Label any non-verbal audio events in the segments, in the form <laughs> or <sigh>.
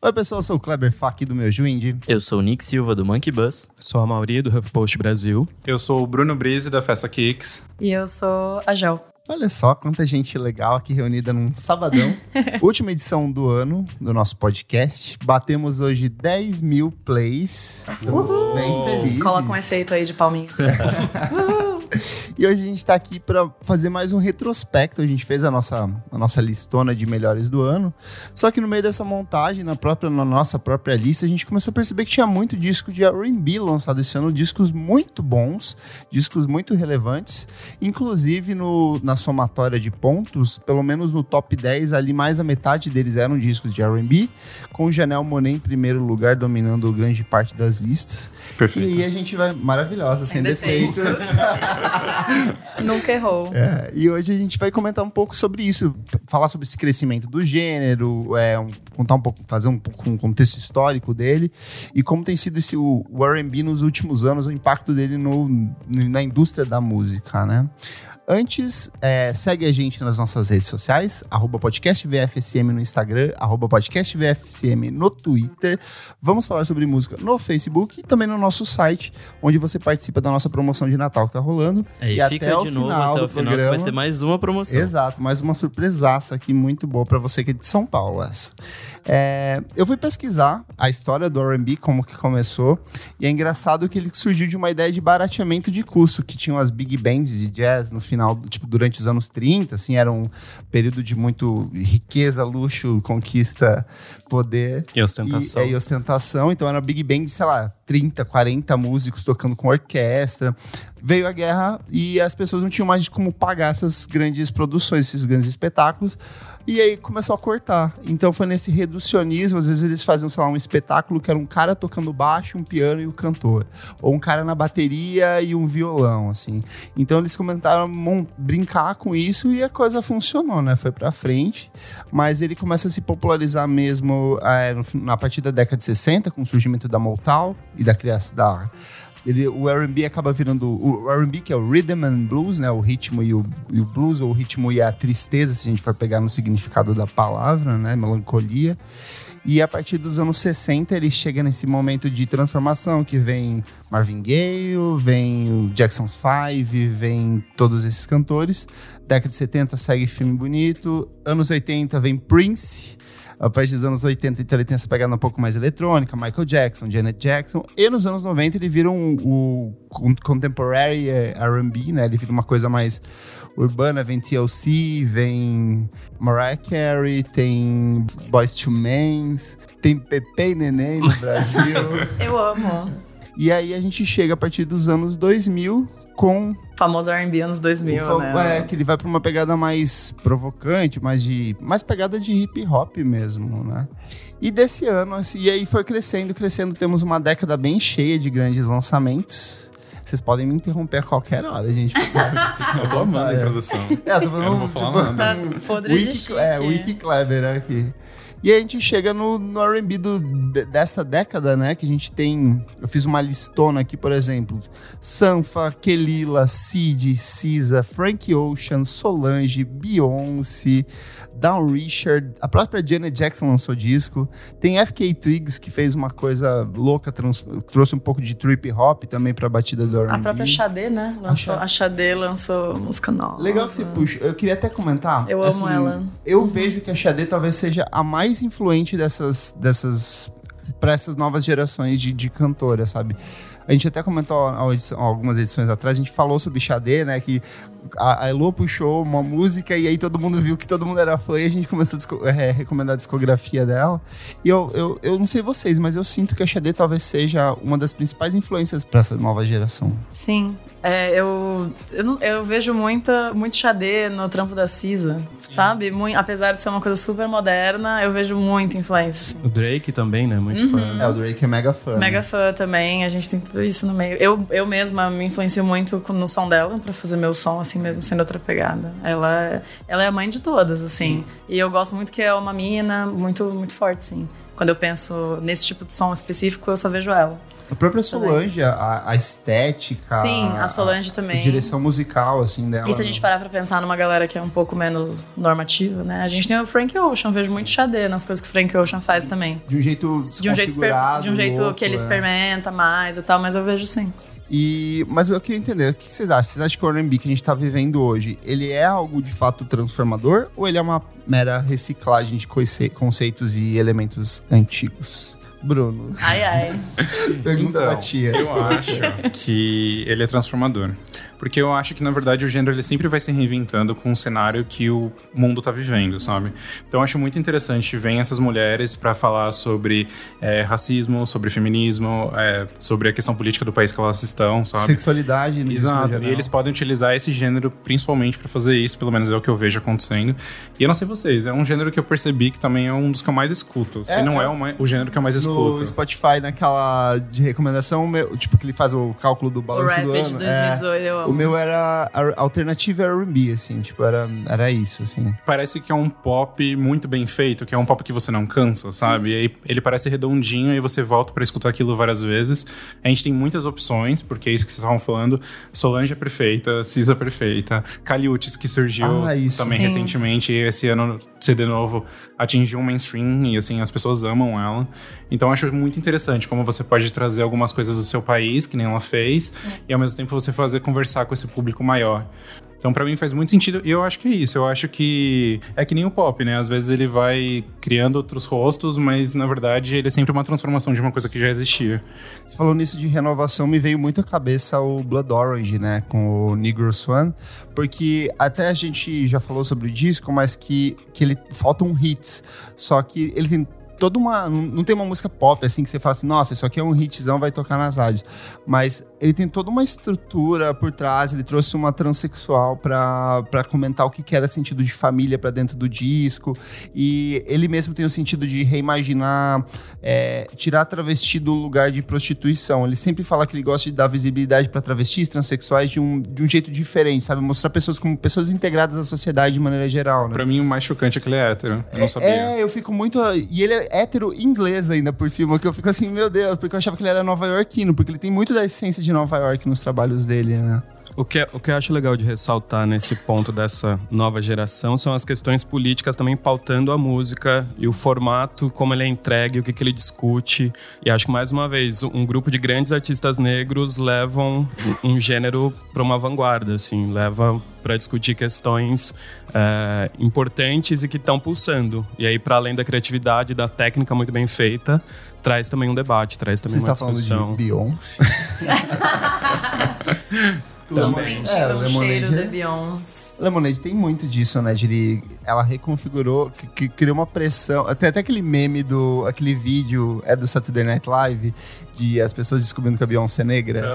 Oi, pessoal, eu sou o Kleber Fá aqui do meu Juindy. Eu sou o Nick Silva do Monkey Bus. Sou a Mauri do HuffPost Brasil. Eu sou o Bruno Brise da Festa Kicks. E eu sou a Gel. Olha só quanta gente legal aqui reunida num <laughs> sabadão. Última edição do ano do nosso podcast. Batemos hoje 10 mil plays. Estamos Uhul! bem felizes. Coloca um efeito aí de palminhas. É. E hoje a gente tá aqui para fazer mais um retrospecto. A gente fez a nossa, a nossa listona de melhores do ano. Só que no meio dessa montagem, na, própria, na nossa própria lista, a gente começou a perceber que tinha muito disco de R&B lançado esse ano. Discos muito bons, discos muito relevantes. Inclusive, no, na somatória de pontos, pelo menos no top 10, ali mais da metade deles eram discos de R&B. Com Janelle Monáe em primeiro lugar, dominando grande parte das listas. E aí a gente vai... Maravilhosa, sem, Sem defeitos. defeitos. Nunca errou. É, e hoje a gente vai comentar um pouco sobre isso, p- falar sobre esse crescimento do gênero, é, um- contar um pouco, fazer um pouco um contexto histórico dele e como tem sido esse, o, o R&B nos últimos anos, o impacto dele no- n- na indústria da música, né? Antes, é, segue a gente nas nossas redes sociais, arroba podcast VFSM no Instagram, arroba podcast VFSM no Twitter. Vamos falar sobre música no Facebook e também no nosso site, onde você participa da nossa promoção de Natal que tá rolando. Aí E É, fica até o de novo final até do o final que programa. vai ter mais uma promoção. Exato, mais uma surpresaça aqui muito boa pra você que é de São Paulo essa. É, eu fui pesquisar a história do R&B, como que começou, e é engraçado que ele surgiu de uma ideia de barateamento de custo, que tinham as big bands de jazz no final, tipo, durante os anos 30, assim, era um período de muito riqueza, luxo, conquista, poder. E ostentação. E, é, e ostentação. Então era Big Bang de, sei lá, 30, 40 músicos tocando com orquestra. Veio a guerra e as pessoas não tinham mais como pagar essas grandes produções, esses grandes espetáculos. E aí começou a cortar. Então foi nesse reducionismo, às vezes eles faziam, sei lá, um espetáculo que era um cara tocando baixo, um piano e o cantor. Ou um cara na bateria e um violão, assim. Então eles comentaram mon- brincar com isso e a coisa funcionou, né? Foi pra frente mas ele começa a se popularizar mesmo é, no fin- na partir da década de 60, com o surgimento da Motown e da criação da... Ele, o R&B acaba virando... O R&B, que é o Rhythm and Blues, né? O ritmo e o, e o blues, ou o ritmo e a tristeza, se a gente for pegar no significado da palavra, né? Melancolia. E a partir dos anos 60, ele chega nesse momento de transformação que vem Marvin Gaye, vem o Jackson's Five, vem todos esses cantores. Década de 70 segue filme bonito. Anos 80 vem Prince. A partir dos anos 80, então ele tem essa pegada um pouco mais eletrônica, Michael Jackson, Janet Jackson. E nos anos 90 ele vira um, o con- contemporary eh, R&B, né? Ele vira uma coisa mais urbana, vem TLC, vem Mariah Carey, tem Boyz II Men's, tem Pepe e Neném no Brasil. <laughs> Eu amo. e aí a gente chega a partir dos anos 2000 com Famoso R&B anos 2000, o fam- né? É, que ele vai pra uma pegada mais provocante, mais de. mais pegada de hip hop mesmo, né? E desse ano, assim, e aí foi crescendo, crescendo. Temos uma década bem cheia de grandes lançamentos. Vocês podem me interromper a qualquer hora, gente. <laughs> Eu tô amando a introdução. É, eu tô falando, Eu não vou falar tipo, Tá <laughs> um podre de wiki- chique. É, Wiki Clever aqui. E a gente chega no, no R&B do- de- dessa década, né? Que a gente tem... Eu fiz uma listona aqui, por exemplo. Sanfa, Kelila, Cid, Cisa, Frank Ocean, Solange, Beyoncé, Down Richard. A própria Janet Jackson lançou disco. Tem FK Twigs, que fez uma coisa louca. trans- trouxe um pouco de trip hop também pra batida do R&B. A própria Xadê, né? Lançou, Xadê. a Xadê lançou música nova. Legal que você puxa. Eu queria até comentar. Eu assim, amo ela. Uhum. Eu vejo que a Xadê talvez seja a mais influente dessas. dessas para essas novas gerações de, de cantora, sabe? A gente até comentou a edição- algumas edições atrás, a gente falou sobre Xadê, né? Que a, a Elô puxou uma música e aí todo mundo viu que todo mundo era fã e a gente começou a disco- é, recomendar a discografia dela. E eu, eu, eu não sei vocês, mas eu sinto que a Xadê talvez seja uma das principais influências para essa nova geração. Sim. É, eu, eu, não- eu vejo muita, muito Xadê no trampo da Cisa, sabe? Mui- apesar de ser uma coisa super moderna, eu vejo muita influência. assim. O Drake também, né? Muito fã. É, o Drake é mega fã. né? Uhum. Mega fã também, a gente tem tudo isso no meio. Eu, eu mesma me influencio muito com- no som dela pra fazer meu som, assim mesmo, sendo outra pegada. Ela, é- ela é a mãe de todas, assim. E eu gosto muito que é uma mina muito, muito forte, assim. Quando eu penso nesse tipo de som específico, eu só vejo ela. A própria Solange, a, a estética. Sim, a Solange também. A direção musical, assim, dela. E se a gente parar pra pensar numa galera que é um pouco menos normativa, né? A gente tem o Frank Ocean, vejo muito xadê nas coisas que o Frank Ocean faz também. De um jeito De um jeito, exper- desconfigurado, de um jeito louco, que ele é. experimenta mais e tal, mas eu vejo sim. E, mas eu queria entender, o que vocês acham? Vocês acham que o R&B que a gente tá vivendo hoje, ele é algo de fato transformador ou ele é uma mera reciclagem de conce- conceitos e elementos antigos? Bruno, Ai, ai. pergunta Então, da tia. Eu acho que ele é transformador. Porque eu acho que, na verdade, o gênero ele sempre vai se reinventando com o cenário que o mundo tá vivendo, sabe? Então eu acho muito interessante vem essas mulheres para falar sobre eh, racismo, sobre feminismo, eh, sobre a questão política do país que elas estão, sabe? Sexualidade, no Exato, geral. e eles podem utilizar esse gênero principalmente pra fazer isso, pelo menos é o que eu vejo acontecendo. E eu não sei vocês, é um gênero que eu percebi que também é um dos que eu mais escuto. Se É, não é. é, o, mai- o gênero que eu mais escuto. No Spotify, naquela de recomendação, o meu- tipo, que ele faz o cálculo do o balanço Rapid do ano. 2018 é. eu amo. O meu era a alternativa era R&B, assim, tipo, era, era isso, assim. Parece que é um pop muito bem feito, que é um pop que você não cansa, sabe? E aí ele parece redondinho e você volta pra escutar aquilo várias vezes. A gente tem muitas opções, porque é isso que vocês estavam falando. Solange é perfeita, Cisa é perfeita, Caliutes que surgiu Ah, isso. também Sim. recentemente, e esse ano CD novo atingiu um mainstream e assim as pessoas amam ela. Então eu acho muito interessante como você pode trazer algumas coisas do seu país, que nem ela fez, e ao mesmo tempo você fazer conversar com esse público maior. Então, pra mim faz muito sentido. E eu acho que é isso. Eu acho que é que nem o pop, né? Às vezes ele vai criando outros rostos, mas na verdade ele é sempre uma transformação de uma coisa que já existia. Você falou nisso de renovação, me veio muito à cabeça o Blood Orange, né? Com o Negro Swan. Porque até a gente já falou sobre o disco, mas que, que ele faltam hits. Só que ele tem toda uma. Não não tem uma música pop assim que você fala assim, nossa, isso aqui é um hitzão, vai tocar nas rádios. Mas ele tem toda uma estrutura por trás, ele trouxe uma transexual pra, pra comentar o que, que era sentido de família pra dentro do disco. E ele mesmo tem o sentido de reimaginar é, tirar a travesti do lugar de prostituição. Ele sempre fala que ele gosta de dar visibilidade para travestis, transexuais de um, de um jeito diferente, sabe? Mostrar pessoas como pessoas integradas à sociedade de maneira geral, né? Pra mim o mais chocante é que ele é hétero. Eu não sabia. É, eu fico muito. E ele é hétero inglês ainda por cima, que eu fico assim, meu Deus, porque eu achava que ele era nova iorquino, porque ele tem muito da essência de Nova York nos trabalhos dele, né? O que, é, o que eu acho legal de ressaltar nesse ponto dessa nova geração são as questões políticas também pautando a música e o formato, como ele é entregue, o que, que ele discute. E acho que, mais uma vez, um grupo de grandes artistas negros levam um gênero para uma vanguarda, assim, leva para discutir questões eh, importantes e que estão pulsando. E aí, para além da criatividade, da técnica muito bem feita, traz também um debate, traz Você também uma está tá falando discussão. de Beyoncé? Estão Também. sentindo É, um Lemonade cheiro é- de Beyoncé. Lemonade tem muito disso, né? De ele, ela reconfigurou, que, que criou uma pressão. Tem até aquele meme do. aquele vídeo é do Saturday Night Live, de as pessoas descobrindo que a Beyoncé é negra.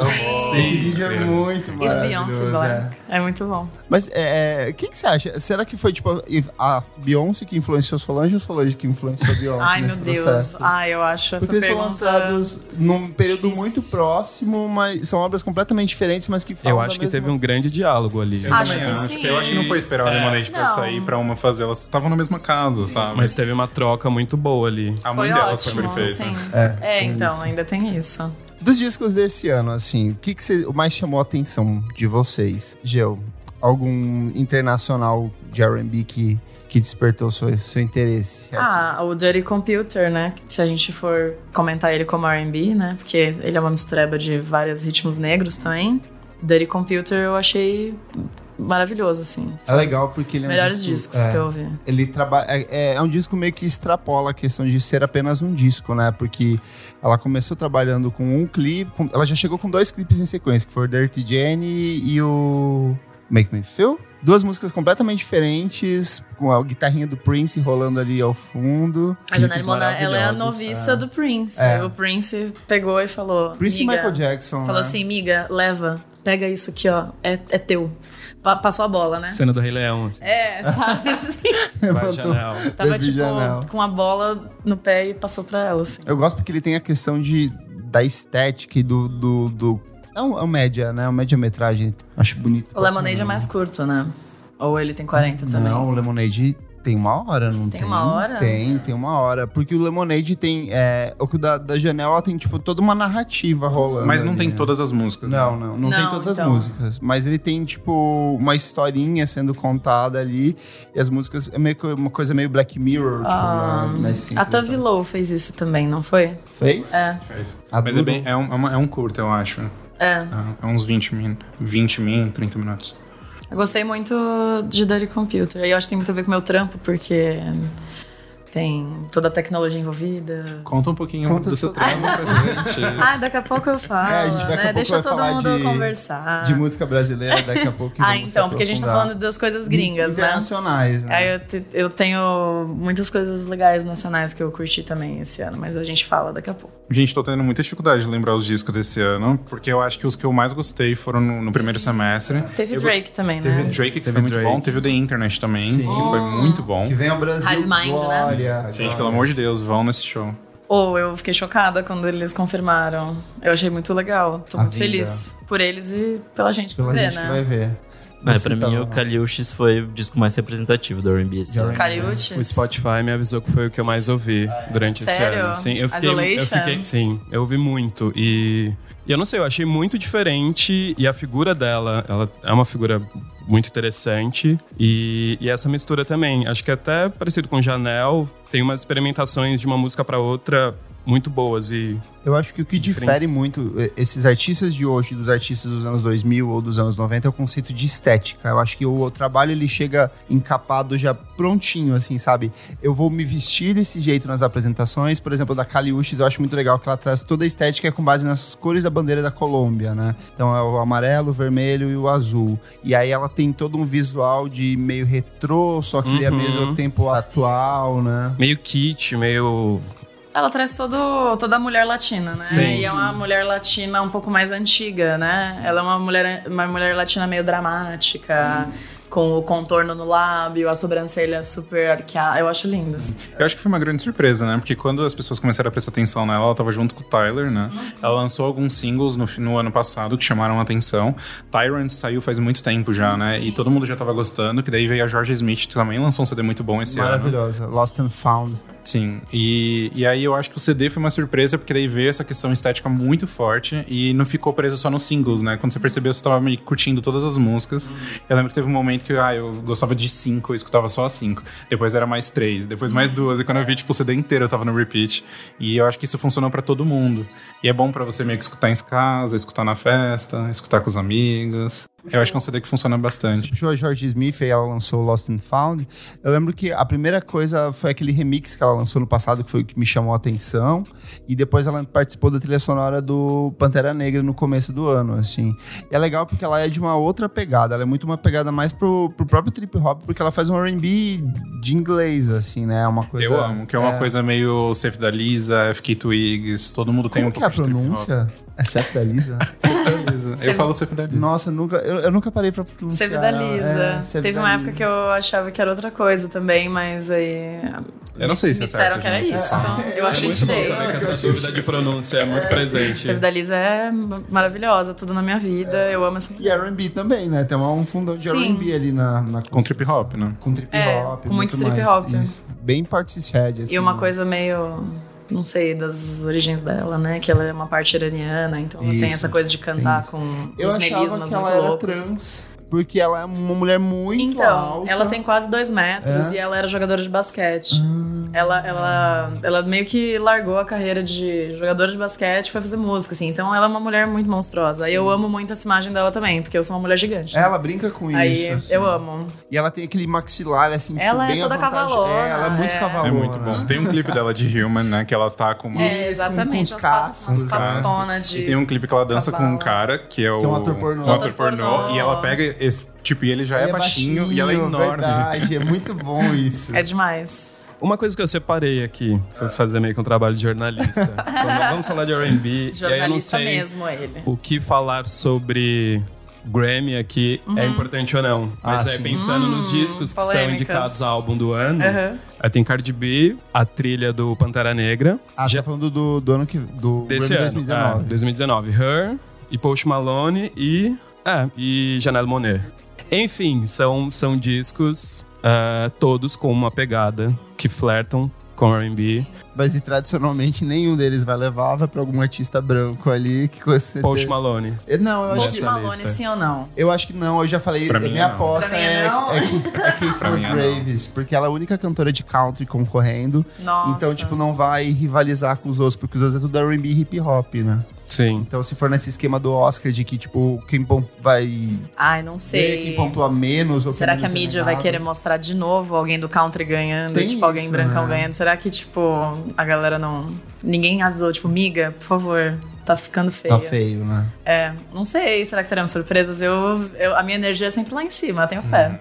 Esse vídeo é muito Is maravilhoso. Beyoncé é. Black. É muito bom. Mas é, é, o que, que você acha? Será que foi tipo a Beyoncé que influenciou Solange ou Solange que influenciou a Beyoncé? Ai, meu nesse Deus. processo? Ai, eu acho essa Porque eles pergunta... foram lançados num período difícil. muito próximo, mas são obras completamente diferentes, mas que falam Eu da acho que mesma teve um grande diálogo ali. Eu Acho também que sim. Eu acho que não foi esperar o Lemonade pra Não. sair, pra uma fazer. Elas estavam na mesma casa, sabe? Mas teve uma troca muito boa ali. a Foi mãe delas foi ótimo, perfeita. sim. É, É, tem então, é. isso. ainda tem isso. Dos discos desse ano, assim, o que, que cê- mais chamou a atenção de vocês, Geo? Algum internacional de RB que, que despertou seu, seu interesse? Ah, o Dirty Computer, né? Se a gente for comentar ele como R&B, né? Porque ele é uma mistureba de vários ritmos negros também. Dirty Computer eu achei maravilhoso, assim. é legal porque ele é um Melhores disco- discos é, que eu ouvi. Ele trabalha. É, é um disco meio que extrapola a questão de ser apenas um disco, né? Porque ela começou trabalhando com um clipe. com- ela já chegou com dois clipes em sequência, que foi o Dirty Jenny e o Make Me Feel. Duas músicas completamente diferentes, com a guitarrinha do Prince rolando ali ao fundo. A Janelle Clipes Monáe, ela é a maravilhosos, noviça é. do Prince. É. O Prince pegou e falou... Prince e "Miga", Michael Jackson. Falou né? <laughs> assim, miga, leva. Pega isso aqui, ó. É, é teu. Pa- passou a bola, né? Cena do Rei Leão, assim. É, sabe <laughs> assim? Vai, Levantou. Janel. Tava, Baby tipo, Janelle. com a bola no pé e passou pra ela, assim. Eu gosto porque ele tem a questão de, da estética e do. do, do é, um, é um média, né? É um média-metragem. Acho bonito. O Lemonade é mais curto, né? Ou ele tem 40 também. Não, o Lemonade Tem uma hora, não tem? Tem uma hora? Tem, tem uma hora. Porque o Lemonade tem. É, o que o da, da janela tem, tipo, toda uma narrativa rolando. Mas não ali, tem né? todas as músicas. né? Não, não, não, tem Não, todas as então. músicas. Mas ele tem, tipo, uma historinha sendo contada ali. E as músicas. É meio que uma coisa meio Black Mirror, tipo, Ah, na- nas cinco, A Tavi então. Low fez isso também, não foi? Fez? É. Faz. A Mas é, Dudu? bem, é, um, é, uma- é um curto, eu acho. É. É uns 20 min, 20 min, 30 minutos. Eu gostei muito de Dirty Computer. E eu acho que tem muito a ver com o meu trampo, porque tem toda a tecnologia envolvida. Conta um pouquinho Conta do do seu seu- trabalho pra gente. Ah, daqui a pouco eu falo, É, a gente daqui a né? pouco Deixa vai todo falar mundo de- conversar. De música brasileira, daqui a pouco. <laughs> ah, vamos então, porque a gente tá aprofundar. falando das coisas gringas, né? Internacionais, né? Aí eu, te- eu tenho muitas coisas legais nacionais que eu curti também esse ano, mas a gente fala daqui a pouco. gente, tô tendo muita dificuldade de lembrar os discos desse ano, porque eu acho que os que eu mais gostei foros no, no primeiro semestre. Teve Eu Drake gost- também, Teve né? Drake, que Teve foi muito Drake. bom. Teve o The Internet também, Sim. que foi muito bom. Que vem ao Brasil. Hive Mind, né? glória, Gente, pelo amor de Deus, vão nesse show. Ou eu fiquei chocada quando eles confirmaram. Eu achei muito legal. Tô A muito vida. feliz por eles e pela gente Pela que vê, gente que né? vai ver. É, Você pra tá mim, lá. o Caliuches foi o disco mais representativo do R&B esse ano. Cariútes. O Spotify me avisou que foi o que eu mais ouvi durante esse Sério? ano. Sim, eu fiquei, eu Isolation? fiquei- sim, eu ouvi muito e, e eu não sei, eu achei muito diferente e a figura dela, ela é uma figura muito interessante e, e essa mistura também, acho que é até parecido com Janel, tem umas experimentações de uma música pra outra muito boas e Eu acho que o que Diferença. difere muito eh, esses artistas de hoje dos artistas dos anos 2000 ou dos anos 90 é o conceito de estética. Eu acho que o, trabalho ele chega encapado já prontinho, assim, sabe? Eu vou me vestir desse jeito nas apresentações. Por exemplo, da Kali Uchis, eu acho muito legal que ela traz toda a estética com base nas cores da bandeira da Colômbia, né? Então é o amarelo, o vermelho e o azul. E aí ela tem todo um visual de meio retrô, só que ele é ao Uhum. mesmo tempo atual, né? meio kit, meio Ela traz todo, toda a mulher latina, né? Sim. E é uma mulher latina um pouco mais antiga, né? Ela é uma mulher, uma mulher latina meio dramática, com o contorno no lábio, a sobrancelha super arqueada. Eu acho lindo. assim. Eu acho que foi uma grande surpresa, né? Porque quando as pessoas começaram a prestar atenção nela, ela tava junto com o Tyler, né? Ela lançou alguns singles no, fi- no ano passado que chamaram a atenção. Tyrant saiu faz muito tempo já, né? E todo mundo já tava gostando. Que daí veio a George Smith, que também lançou um CD muito bom esse ano. Maravilhosa. Lost and Found. Sim. E, e aí eu acho que o CD foi uma surpresa, porque daí veio essa questão estética muito forte e não ficou preso só nos singles, né? Quando você percebeu, você tava meio que curtindo todas as músicas. Eu lembro que teve um momento que ah, eu gostava de cinco, eu escutava só as cinco. Depois era mais três, depois mais duas. E quando eu vi, tipo, o CD inteiro eu tava no repeat. E eu acho que isso funcionou pra todo mundo. E é bom pra você meio que escutar em casa, escutar na festa, escutar com os amigos. Eu acho que é um CD que funciona Você bastante. puxou a George Smith e ela lançou Lost and Found. Eu lembro que a primeira coisa foi aquele remix que ela lançou no passado, que foi o que me chamou a atenção. E depois ela participou da trilha sonora do Pantera Negra no começo do ano, assim. E é legal porque ela é de uma outra pegada. Ela é muito uma pegada mais pro, pro próprio trip hop, porque ela faz um R&B de inglês, assim, né? É Uma coisa... eu amo, que é uma é. coisa meio Safe da Lisa, FK Twigs, todo mundo tem Como um que é a pouco de trip hop. pronúncia? É Seth da <laughs> Lisa? Eu falo Safe da Lisa. Nossa, eu nunca, eu, eu nunca parei pra pronunciar. Teve da Lisa. É, Save Teve da uma Lisa. época que eu achava que era outra coisa também, mas aí. Eu não sei se é me disseram certo. que era gente. isso. Então, eu achei É, muito bom cheio. saber que essa dúvida de pronúncia é muito presente. Teve da Lisa é ma- maravilhosa, tudo na minha vida. Eu amo essa E R&B também, né? Tem um fundão de Sim. R&B ali na, na Com trip hop, né? Com trip É, hop. com muito trip mais, hop. Isso. Bem Partis Head, assim. E uma né? coisa meio, não sei, das origens dela, né? Que ela é uma parte iraniana, então ela tem Isso, essa coisa de cantar com Eu os achava melismas que muito ela era loucos. trans, porque ela é uma mulher muito então, alta. ela tem quase dois metros É. e ela era jogadora de basquete. Ela, ela, ela meio que largou a carreira de jogadora de basquete e foi fazer música, assim. Então ela é uma mulher muito monstruosa. E eu amo muito essa imagem dela também, porque eu sou uma mulher gigante. Ela brinca com Aí É isso. assim. eu amo. E ela tem aquele maxilar, assim, tipo, Ela é bem à toda vontade. cavalona, É, ela é muito é. É cavalona. muito bom. Tem um clipe dela de Human, né? Que ela tá com uma. Isso, é, com- exatamente. com os umas pa- cascos, umas os cascos. papona de... E tem um clipe que ela dança com um Cavalo. cara, que é o. Que é um ator pornô. um ator Ator pornô. pornô, E ela pega esse. Tipo, e ele já é, Ele baixinho, e ela é enorme. Verdade, é muito bom isso. <laughs> É demais. Uma coisa que eu separei aqui foi fazer meio que um trabalho <laughs> de jornalista. Quando vamos falar de R&B e aí eu não Jornalista sei mesmo ele. o que falar sobre Grammy aqui é importante ou não. Mas Ah, aí sim. pensando nos Uhum. Hum, discos que são polêmicas. indicados ao álbum do ano, Aham. aí tem Cardi B, a trilha do Pantera Negra Ah, já falando do, do ano que... Do desse Grammy ano, Ah, 2019. 2019, Her e Post Malone e é, e Janelle Monáe. Enfim, são são discos ah, todos com uma pegada que flertam com R&B. Mas e tradicionalmente nenhum deles vai levar, vai pra algum artista branco ali que você. Post tem- Malone. Eu- Não, eu acho, Post que, Nossa Malone, lista. sim ou não? eu acho que não, eu já falei. Pra a mim minha não. aposta Pra mim é, não. é, Ki- é Casey <laughs> Pra mim não. Musgraves, porque ela é a única cantora de country concorrendo. Nossa. Então, tipo, não vai rivalizar com os outros, porque os outros é tudo R&B e hip hop, né? Sim. Então, se for nesse esquema do Oscar de que, tipo, quem pon- vai Ai, não ver sei. quem pontua menos é ou Será quem que a vai ser mídia negado. vai querer mostrar de novo alguém do country ganhando? Tem e, tipo, alguém isso, brancão né? ganhando? Será que, tipo, a galera não. Ninguém avisou, tipo, miga, por favor, tá ficando feia. Tá feio, né? É, não sei, será que teremos surpresas? Eu, eu- a minha energia é sempre lá em cima, eu tenho Uhum. fé.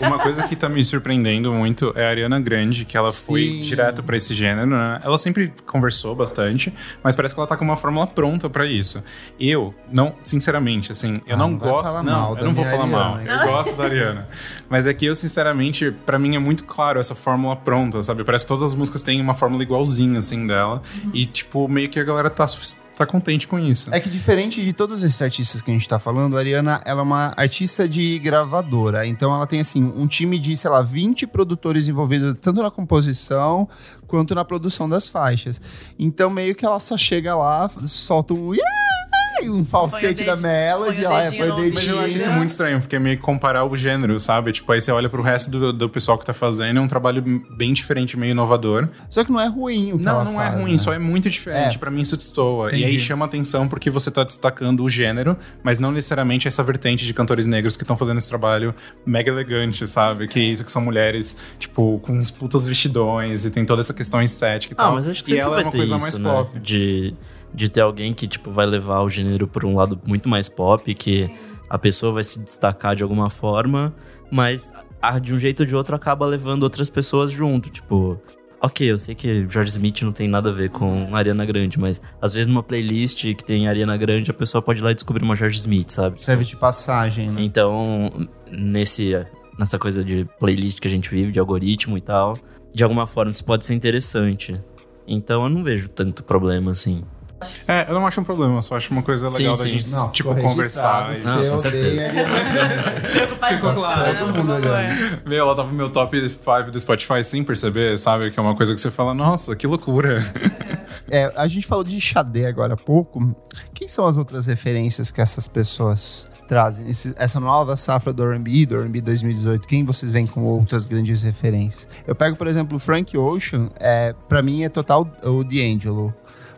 Uma coisa que tá me surpreendendo muito é a Ariana Grande, que ela foi Sim. direto pra esse gênero, né? Ela sempre conversou bastante, mas parece que ela tá com uma fórmula pronta pra isso. Eu, não, sinceramente, assim, eu Ah, não, não vai gosto, falar não, mal eu da não vou minha falar mal. Ariana, Eu gosto da Ariana. Mas é que eu, sinceramente, pra mim é muito claro essa fórmula pronta, sabe? Parece que todas as músicas têm uma fórmula igualzinha assim dela Uhum. e tipo, meio que a galera tá sufici- tá contente com isso. É que diferente de todos esses artistas que a gente tá falando, a Ariana, ela é uma artista de gravadora. Então ela tem, assim, um time de, sei lá, 20 produtores envolvidos tanto na composição quanto na produção das faixas. Então meio que ela só chega lá, solta um... "Yeah!", Um falsete dedinho- da melody, põe o ela é, dedinho põe no o ouvido. Mas eu acho isso dedinho. muito estranho, porque é meio que comparar o gênero, sabe? Tipo, aí você olha pro resto do, do pessoal que tá fazendo, é um trabalho bem diferente, meio inovador. Só que não é ruim o que Não, ela não faz, é ruim, né? só é muito diferente. É. Pra mim isso destoa. E aí Entendi. chama atenção porque você tá destacando o gênero, mas não necessariamente essa vertente de cantores negros que estão fazendo esse trabalho mega elegante, sabe? Que isso, que são mulheres, tipo, com uns putas vestidões e tem toda essa questão estética e Ah, tal. mas acho que e sempre ela é vai uma ter coisa mais isso, né? pop. De, de ter alguém que, tipo, vai levar o gênero por um lado muito mais pop, que a pessoa vai se destacar de alguma forma, mas a- de um jeito ou de outro acaba levando outras pessoas junto, tipo... Ok, eu sei que George Smith não tem nada a ver com Ariana Grande, mas às vezes numa playlist que tem Ariana Grande, a pessoa pode ir lá e descobrir uma George Smith, sabe? Serve de passagem, né? Então, nesse, nessa coisa de playlist que a gente vive, de algoritmo e tal, de alguma forma isso pode ser interessante. Então eu não vejo tanto problema assim. É, eu não acho um problema, eu só acho uma coisa Sim, legal da sim. gente, Não, tipo, ficou conversar. registrado. e- Não, Você com odeia certeza. Ariana Grande. Preocupadíssima, claro, né? todo Por mundo favor. olhando. Meu, ela tava no meu top 5 do Spotify sem perceber, sabe? Que é uma coisa que você fala, nossa, que <laughs> loucura. É, a gente falou de Xadé agora há pouco. Quem são as outras referências que essas pessoas trazem? Esse- essa nova safra do R&B, do R&B 2018, quem vocês veem como outras grandes referências? Eu pego, por exemplo, o Frank Ocean, é, para mim é total o D'Angelo.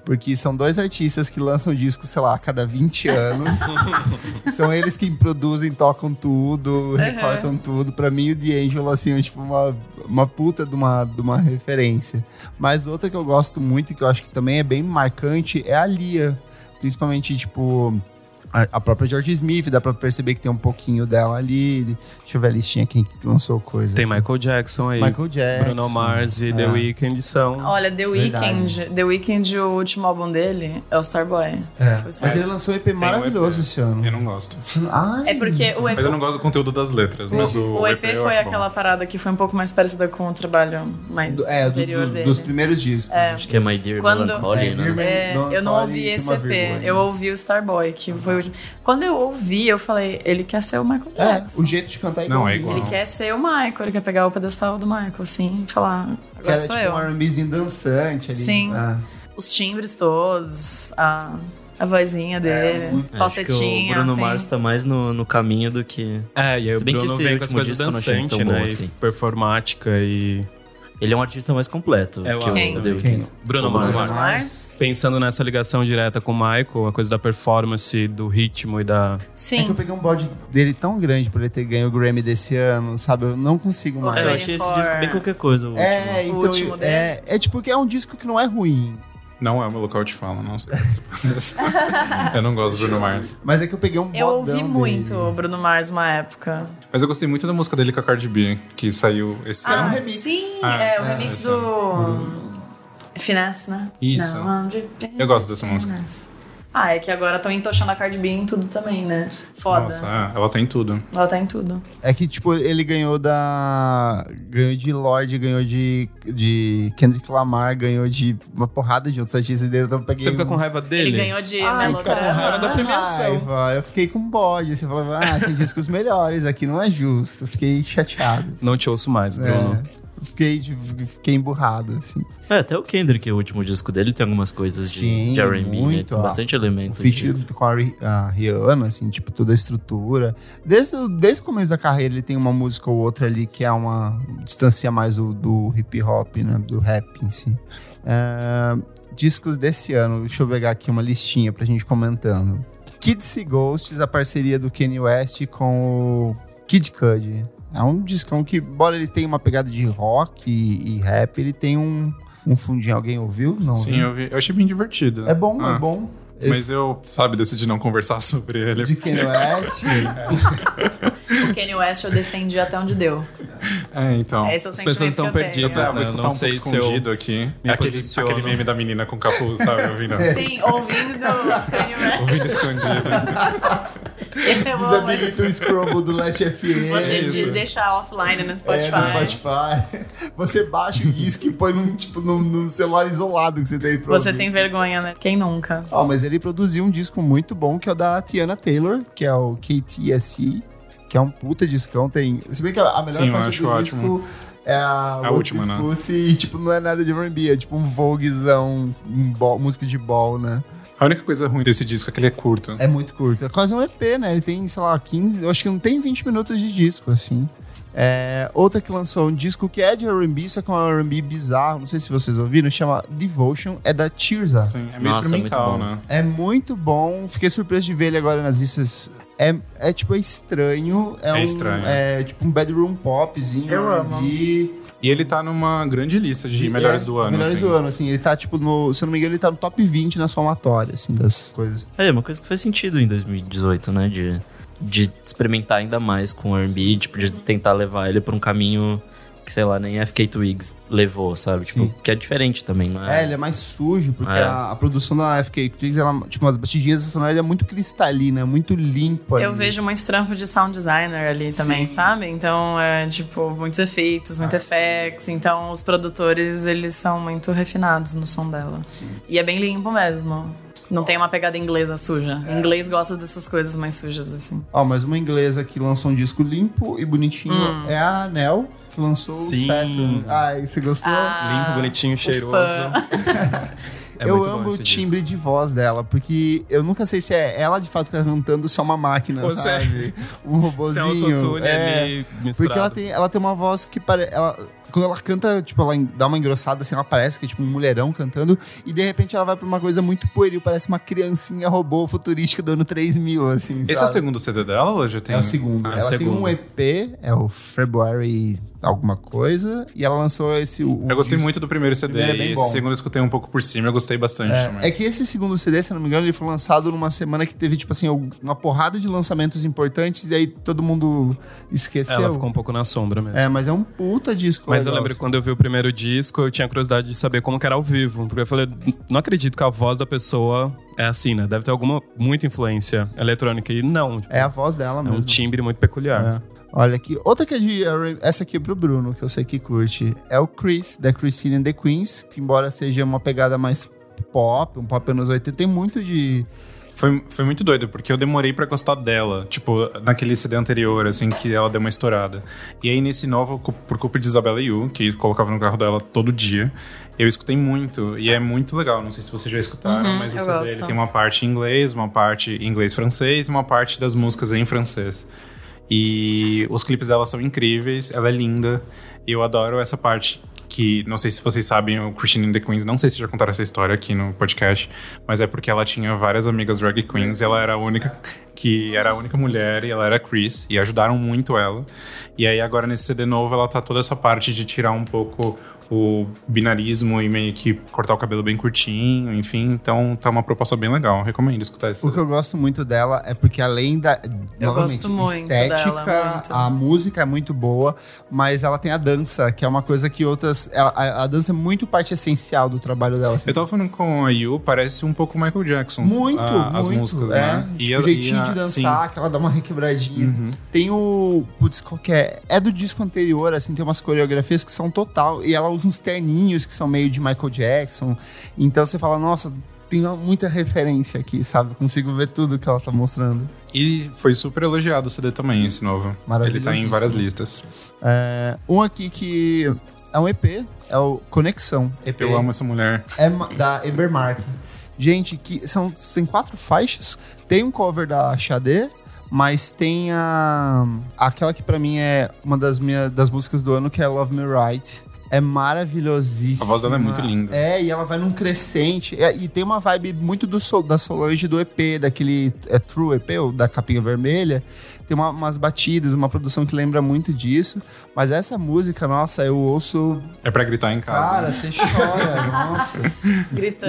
Porque são dois artistas que lançam discos, sei lá, a cada 20 anos. são eles que produzem, tocam tudo, recortam tudo. Pra mim, o D'Angelo, assim, é tipo uma, uma puta de uma, de uma referência. Mas outra que eu gosto muito e que eu acho que também é bem marcante é a Lia. Principalmente, tipo, a, a própria George Smith, dá pra perceber que tem um pouquinho dela ali. Deixa eu ver a listinha quem que lançou coisa. Tem aqui. Michael Jackson aí. Michael Jackson. Bruno Mars e The É. Weeknd são. Olha, The Verdade. Weeknd, The Weeknd, o último álbum dele é o Starboy. É. Foi só- Mas ele lançou um EP um maravilhoso EP. esse ano. Ah, Eu não gosto. Ai, É porque o EP, Mas eu não gosto do conteúdo das letras, mas o, o EP eu foi acho bom. aquela parada que foi um pouco mais parecida com o trabalho mais do- é, do- anterior do- dele. dos primeiros discos. Acho que é My Dear Quando- Melancholy, É, né? Dear Melan- É, Don't eu não Call ouvi e esse tá uma né? EP, vergonha. eu ouvi o Starboy, que foi o último. Quando eu ouvi, eu falei, ele quer ser o Michael É, Jackson. o jeito de cantar é Não, é igualzinho. igual. Ele quer ser o Michael, ele quer pegar o pedestal do Michael, assim, e falar, Que agora era sou tipo eu. um RBzinho dançante ali. Sim. Ah, Os timbres todos, a, a vozinha dele, É, muito. Acho que o falsetinha, Bruno assim. Mars tá mais no, no caminho do que. É, e aí Se o bem que Bruno esse vem com as último coisas disco eu não achei dançantes, tão bom né? e assim. Performática e. Ele é um artista mais completo É, eu que acho Quem? o The Quem? Weeknd. Bruno O Bruno Mars. Bruno Mars? Pensando nessa ligação direta com o Michael, a coisa da performance, do ritmo e É da. que eu Sim. peguei um bode dele tão grande por ele ter ganho o Grammy desse ano, sabe? Eu não consigo mais. É, eu Twenty achei esse Four. disco bem qualquer coisa. O último. É, O então, último eu- dele. é, é tipo que é um disco que não é ruim. Não é o meu local de fala, não sei. <laughs> se parece. eu não gosto do Bruno Mars. Mas é que eu peguei um Eu bodão ouvi dele. muito o Bruno Mars uma época. Mas eu gostei muito da música dele com a Cardi B, que saiu esse Ah, um ano. remix. sim, Ah, é, o é, remix esse do. Finesse, né? Isso. Não, Andrew- Eu gosto dessa música. Finesse. Ah, é que agora estão entochando a Cardi B em tudo também, né? Foda. Nossa, é, ela tem tudo. Ela tá em tudo. É que, tipo, ele ganhou da. Ganhou de Lorde, ganhou de, de Kendrick Lamar, ganhou de uma porrada de outros artistas dele. Então eu peguei. um- Você fica com raiva dele? Ele ganhou de né? Ah, ele fica com raiva melodrama. da premiação. Raiva. Eu fiquei com bode. Você falava, ah, tem discos melhores, aqui não é justo. Eu Fiquei chateado. assim. Não te ouço mais, Bruno. É. Eu Fiquei, tipo, fiquei emburrado, assim. É, até o Kendrick, o último disco dele, tem algumas coisas de, Sim, de R&B, né? muito, Tem ó. bastante O elemento. feat de- com a, Ri- a Rihanna, assim, tipo, toda a estrutura. Desde, o- desde o começo da carreira, ele tem uma música ou outra ali que é uma. distancia mais do, do hip hop, né? Do rap em si. É, discos desse ano, deixa eu pegar aqui uma listinha pra gente comentando. Kids e Ghosts, a parceria do Kanye West com o Kid Cudi. É um discão que, embora ele tenha uma pegada de rock e, e rap, ele tem um, um fundinho. Alguém ouviu? Não. Sim, né? eu vi. Eu achei bem divertido. É bom, Ah, é bom. Mas eu, sabe, decidi não conversar <laughs> sobre ele. De é? Kanye <laughs> West. O Kanye West eu defendi até onde deu. É, então. Esse é o as sentimento pessoas estão que eu perdidas. tenho. Ah, Mas, vou né, escutar não um sei pouco se eu escondido aqui. me É aquele, posiciono. aquele meme da menina com capuz, sabe? <laughs> Ouvindo, Sim, ouvindo Kanye <laughs> West. ouvindo escondido. Eu amo esse- Desabilita o Scrumble do Last FM. Você é isso. de deixar offline no É, Spotify. no Spotify. <laughs> Você baixa o disco e põe num, tipo, num, num celular isolado que você tem pra Você ouvir. tem vergonha, né? Quem nunca? Ó, mas ele produziu um disco muito bom, que é o da Tiana Taylor, que é o KTSE, que é um puta discão. Tem... Se bem que a melhor Sim, eu faixa acho do ótimo. disco é a, A última, né? né? E, tipo, não é nada de R&B, é tipo um voguezão, um ball- música de ball, né? A única coisa ruim desse disco é que ele é curto. É muito curto. É quase um EP, né? Ele tem, sei lá, 15. Eu acho que não tem 20 minutos de disco, assim. É, outra que lançou um disco que é de RB, só que é um RB bizarro. Não sei se vocês ouviram, chama Devotion, é da Tirza. Sim, Nossa, é meio é muito experimental, bom. né? É muito bom. Fiquei surpreso de ver ele agora nas listas. É, é tipo, é estranho. É, É um, estranho. É tipo um bedroom popzinho. Eu amo. R&B. E ele tá numa grande lista de melhores É, do ano. Melhores assim. do ano, assim. Ele tá, tipo, no. Se eu não me engano, ele tá no top 20 na somatória, assim, das coisas. É, uma coisa que faz sentido em 2018, né? De, de experimentar ainda mais com o R&B, tipo, de tentar levar ele pra um caminho que, sei lá, nem FK Twigs levou, sabe? Tipo, Sim. que é diferente também, não É, é? ele é mais sujo, porque É. a, a produção da FK Twigs, ela, tipo, as batidinhas da sonora, ela é muito cristalina, é muito limpa. Eu né? vejo muito trampo de sound designer ali também, sabe? Então, é tipo, muitos efeitos, Ah. muito effects. Então, os produtores, eles são muito refinados no som dela. E é bem limpo mesmo. Não tem uma pegada inglesa suja. É. Inglês gosta dessas coisas mais sujas, assim. Ó, mas uma inglesa que lançou um disco limpo e bonitinho Hum. é a Anel, que lançou Sim. o Saturn. Ai, você gostou? Ah, Limpo, <laughs> bonitinho, cheiroso. É eu muito bom amo o esse disco. timbre de voz dela, porque eu nunca sei se é ela de fato que tá cantando ou se é uma máquina, Ou se é- sabe? Um Você tem robozinho. autotune É, ali misturado. Porque ela tem, ela tem uma voz que parece. Quando ela canta, tipo, ela en- dá uma engrossada, assim, ela parece que é tipo um mulherão cantando, e de repente ela vai pra uma coisa muito pueril, parece uma criancinha robô futurística do ano 3000, assim. Esse é o sabe? segundo CD dela ou já tem? É o segundo. Ah, ela tem segundo. um EP, é o February alguma coisa, e ela lançou esse. O, o Eu gostei disco- muito do primeiro CD. Primeiro é bem e bom. esse segundo eu escutei um pouco por cima, eu gostei bastante também. É que esse segundo CD, se eu não me engano, ele foi lançado numa semana que teve, tipo assim, uma porrada de lançamentos importantes, e aí todo mundo esqueceu. Ela ficou um pouco na sombra mesmo. É, mas é um puta disco. Mas eu legal, lembro que quando eu vi o primeiro disco, eu tinha curiosidade de saber como que era ao vivo. Porque eu falei, não acredito que a voz da pessoa é assim, né? Deve ter alguma muita influência eletrônica. E não. É a voz dela É mesmo. um timbre muito peculiar. É. Olha aqui, outra que é de R- essa aqui é pro Bruno, que eu sei que curte, é o Chris, da Christine and the Queens, que embora seja uma pegada mais pop, um pop anos 80, tem muito de... Foi, foi muito doido, porque eu demorei pra gostar dela. Tipo, naquele CD anterior, assim, que ela deu uma estourada. E aí, nesse novo, cu- por culpa de Isabela Yu, que colocava no carro dela todo dia, eu escutei muito. E é muito legal. Não sei se vocês já escutaram, Uhum, mas o eu CD ele gosto. tem uma parte em inglês, uma parte em inglês-francês e uma parte das músicas em francês. E os clipes dela são incríveis, ela é linda. E eu adoro essa parte que, não sei se vocês sabem, o Christine and the Queens, não sei se já contaram essa história aqui no podcast, mas é porque ela tinha várias amigas drag queens e ela era a única que era a única mulher e ela era a Chris e ajudaram muito ela. E aí agora nesse CD novo ela tá toda essa parte de tirar um pouco o binarismo e meio que cortar o cabelo bem curtinho, enfim. Então tá uma proposta bem legal. Recomendo escutar isso. O que eu gosto muito dela é porque além da Eu novamente, gosto muito estética, dela, muito. a música é muito boa, mas ela tem a dança, que é uma coisa que outras. ela- A, a dança é muito parte essencial do trabalho dela. assim. Eu tava falando com a Yu, parece um pouco Michael Jackson. Muito, a- as muito, músicas, é. né? Tipo, o jeitinho de dançar, que ela dá uma requebradinha. assim. Uhum. Tem o. Putz, qual que é? É do disco anterior, assim, tem umas coreografias que são total. E ela usa uns terninhos que são meio de Michael Jackson. Então você fala, nossa, tem uma- muita referência aqui, sabe? Consigo ver tudo que ela tá mostrando. E foi super elogiado o CD também, esse novo. Ele tá em Maravilhosíssimo. várias listas. É, um aqui que é um EP, é o Conexão. EP Eu amo essa mulher. É ma- da Ebermark. Gente, que são tem quatro faixas. Tem um cover da Xadê, mas tem a aquela que pra mim é uma das minhas das músicas do ano que é Love Me Right. É maravilhosíssima. A voz dela é muito linda. É, e ela vai num crescente. É, e tem uma vibe muito do Sol- da Solange do EP, daquele é, True EP, ou da capinha vermelha. Tem uma- umas batidas, uma produção que lembra muito disso. Mas essa música, nossa, eu ouço. É pra gritar em casa. Cara, você chora, <laughs> nossa. Gritando.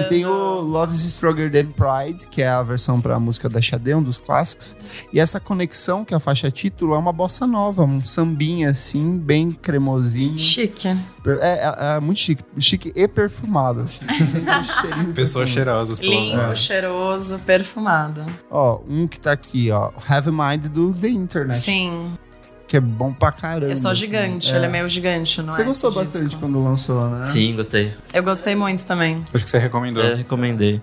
<laughs> E tem o Love's Stronger Than Pride, que é a versão pra música da Xadê, um dos clássicos. E essa conexão, que é a faixa título, é uma bossa nova, um sambinha assim, bem cremosinho. Chique. É, é- é muito chique, chique e perfumado, assim. <laughs> Sempre um cheirinho Pessoas perfumado. cheirosas, É. pelo Limpo, é. amor. cheiroso, perfumado. Ó, um que tá aqui, ó. Have a Mind do The Internet, Sim. que é bom pra caramba. É só assim. gigante. Ele é meio gigante, não é? Você gostou esse bastante disco? quando lançou, né? Sim, gostei. Eu gostei muito também. Acho que você recomendou. É, recomendei.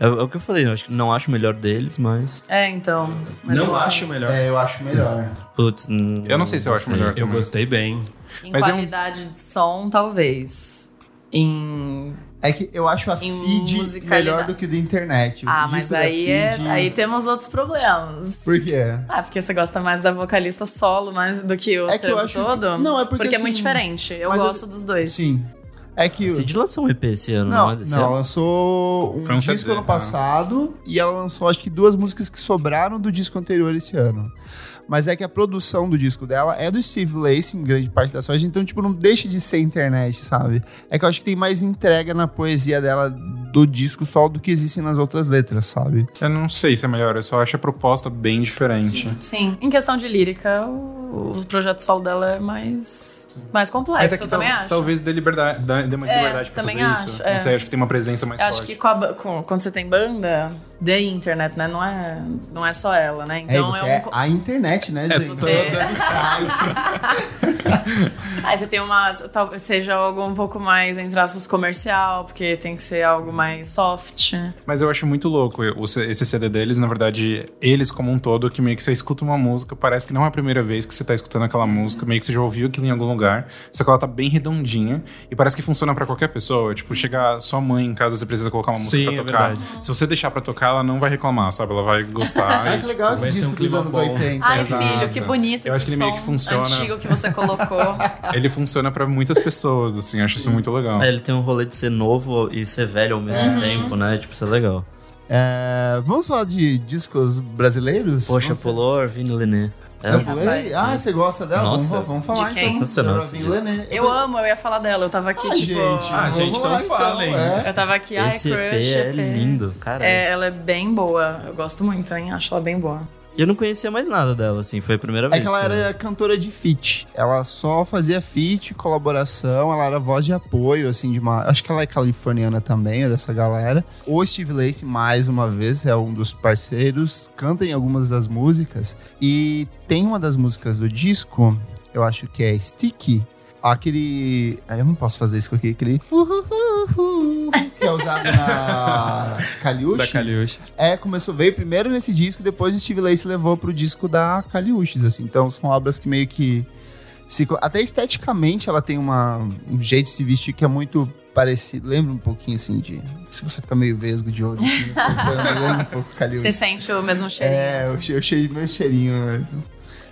É, é o que eu falei, eu acho que não acho o melhor deles, mas. É, então. mas não gostei. acho melhor. É, eu acho melhor. Putz, Eu não sei se eu acho melhor. Eu gostei bem. Em Mas é um- qualidade de som, talvez. Em. É que eu acho a Em Cid musicalidade. melhor do que o The Internet. O Ah, disco mas da aí, é... Cid- aí temos outros problemas. Por quê? Ah, porque você gosta mais da vocalista solo mais do que o É que eu trampo acho- todo? Não, é porque, é muito assim, diferente. Eu mas gosto dos dois. Sim. É que. Cid lançou um EP esse ano, não, Não, é não, desse ela ano? lançou um Foi um disco CD, ano tá? né? passado e ela lançou acho que duas músicas que sobraram do disco anterior esse ano. Mas é que a produção do disco dela é do Steve Lacy, em grande parte da sorte, então, tipo, não deixa de ser internet, sabe? É que eu acho que tem mais entrega na poesia dela do disco só do que existem nas outras letras, sabe? Eu não sei se é melhor, eu só acho a proposta bem diferente. Sim. Em questão de lírica, o, o projeto solo dela é mais, mais complexo, Mas é que eu Ah, também tal- acho. talvez dê, liberdade, dá- dê mais É, liberdade pra também fazer isso. acho, é. Não sei, acho que tem uma presença mais Eu acho forte. que com a ba- com- quando você tem banda, de internet, né? Não é, não é só ela, né? Então é, e você um é co- a internet, né, É, gente? <laughs> um você- Todas os sites. Aí Ah, você tem uma. Talvez seja algo um pouco mais, entre aspas, comercial, porque tem que ser algo mais soft. Mas eu acho muito louco o C- esse CD deles, na verdade, eles como um todo, que meio que você escuta uma música, parece que não é a primeira vez que você tá escutando aquela música, meio que você já ouviu aquilo em algum lugar, só que ela tá bem redondinha e parece que funciona pra qualquer pessoa. Tipo, chega sua mãe em casa, você precisa colocar uma música Sim, pra é tocar. verdade. Se você deixar pra tocar, ela não vai reclamar, sabe? Ela vai gostar. <laughs> Olha e, Ah, que legal Vai esse ser disco um dos clima anos bom. 80. Ai, Exato. filho, que bonito Eu acho esse que ele som meio que funciona. antigo que você colocou. Ele funciona pra muitas pessoas, assim, acho isso muito legal. É, ele tem um rolê de ser novo e ser velho ao mesmo tempo, né? Tipo, isso é legal. É, vamos falar de discos brasileiros? Poxa, Vamos- pulou Vini Lenê. É, Eu pulei? rapaz. Ah, você gosta dela? Nossa. Vamos, vamos falar De quem? então. Sensacional Da esse Robin disco. Lene. Eu amo, eu ia falar dela. Eu tava aqui, Ah, tipo. gente. Ah, Vamos gente, lá, então falem. é. Eu tava aqui, ai, Esse EP crush. é EP. lindo, cara. É, ela é bem boa. Eu gosto muito, hein? Acho ela bem boa. Eu não conhecia mais nada dela, assim, foi a primeira É vez. né? que ela eu- era cantora de feat. Ela só fazia feat, colaboração, ela era voz de apoio, assim, de uma. Acho que ela é californiana também, é dessa galera. O Steve Lacy, mais uma vez, é um dos parceiros, canta em algumas das músicas. E tem uma das músicas do disco, eu acho que é Sticky. Aquele. ah, Eu não posso fazer isso com aquele. aquele uhuhuhu, que é usado na Kaliushi. Da Caliuche. É, começou, veio primeiro nesse disco, depois o Steve Lacy levou pro disco da Caliuches, assim. Então são obras que meio que. se co- até esteticamente ela tem uma, um jeito de se vestir que é muito parecido. Lembra um pouquinho assim de. Se você ficar meio vesgo de olho, assim, <laughs> cortando, lembra um pouco Você Caliuches. sente o mesmo cheirinho. É, assim. eu cheio cheio- meu cheirinho mesmo.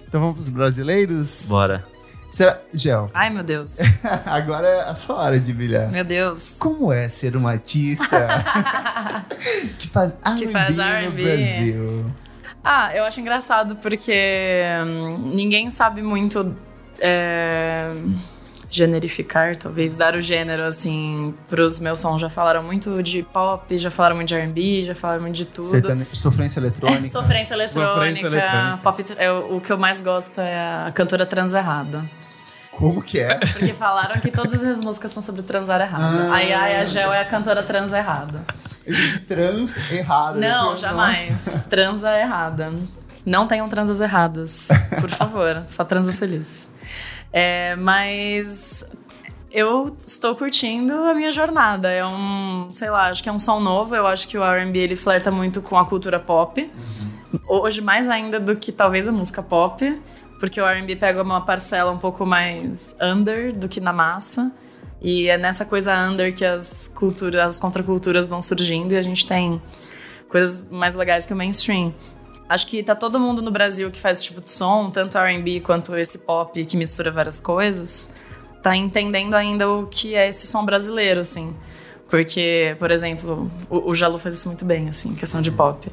Então vamos pros brasileiros? Bora. Será. Gel, <laughs> Ai, meu Deus. agora é a sua hora de brilhar. Meu Deus. Como é ser um <laughs> artista <laughs> que faz Que R&B faz no R&B. Brasil? Ah, eu acho engraçado porque hum, ninguém sabe muito. é, generificar, talvez dar o gênero assim pros meus sons. Já falaram muito de pop, já falaram muito de R&B, já falaram muito de tudo. É, Sertane... Sofrência eletrônica. Sofrência eletrônica. Sofrência eletrônica. Pop, é, o que eu mais gosto é a cantora trans errada. Como que é? Porque falaram que todas as músicas são sobre transar errado. Ah. Ai, ai, a Gel é a cantora trans errada. Trans errada. Não, Nossa. jamais. <laughs> Transa é errada. Não tenham transas erradas, <laughs> por favor. Só transas felizes. É, mas eu estou curtindo a minha jornada. É um, sei lá, acho que é um som novo. Eu acho que o R&B ele flerta muito com a cultura pop. Uhum. Hoje mais ainda do que talvez a música pop, porque o R&B pega uma parcela um pouco mais under do que na massa. E é nessa coisa under que as culturas, as contraculturas vão surgindo e a gente tem coisas mais legais que o mainstream. Acho que tá todo mundo no Brasil que faz esse tipo de som, tanto R&B quanto esse pop que mistura várias coisas, tá entendendo ainda o que é esse som brasileiro, assim. Porque, por exemplo, o, o Jalu faz isso muito bem, assim, questão de pop.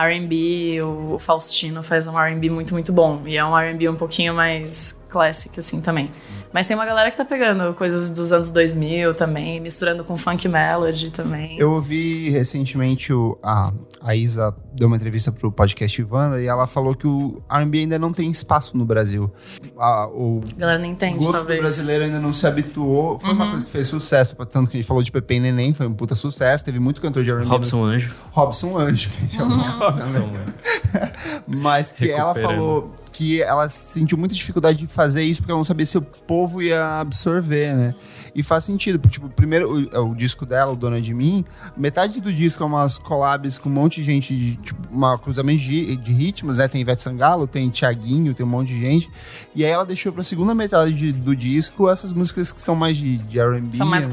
R&B, o, o Faustino faz um R&B muito, muito bom. E é um R&B um pouquinho mais classic, assim, também. Mas tem uma galera que tá pegando coisas dos anos 2000 também, misturando com funk melody também. Eu ouvi recentemente o- a, a Isa deu uma entrevista pro podcast Ivana e ela falou que o R&B ainda não tem espaço no Brasil. A- o A galera não entende, gosto do talvez. Uhum. brasileiro ainda não se habituou. Foi uma coisa que fez sucesso, tanto que a gente falou de Pepe e Neném, foi um puta sucesso. Teve muito cantor de R&B. no- Robson Anjo. Robson Anjo, que a gente Uhum. chamou. Robson, <laughs> Mas que ela Recuperando. falou que ela sentiu muita dificuldade de fazer isso porque ela não sabia se o povo ia absorver, né? E faz sentido, porque, tipo, primeiro o, o disco dela, o Dona de Mim, metade do disco é umas collabs com um monte de gente, de, tipo, uma cruzamento de, de ritmos, né? Tem Ivete Sangalo, tem Tiaguinho, tem um monte de gente. E aí ela deixou pra segunda metade de- do disco essas músicas que são mais de, de R&B. São mais assim.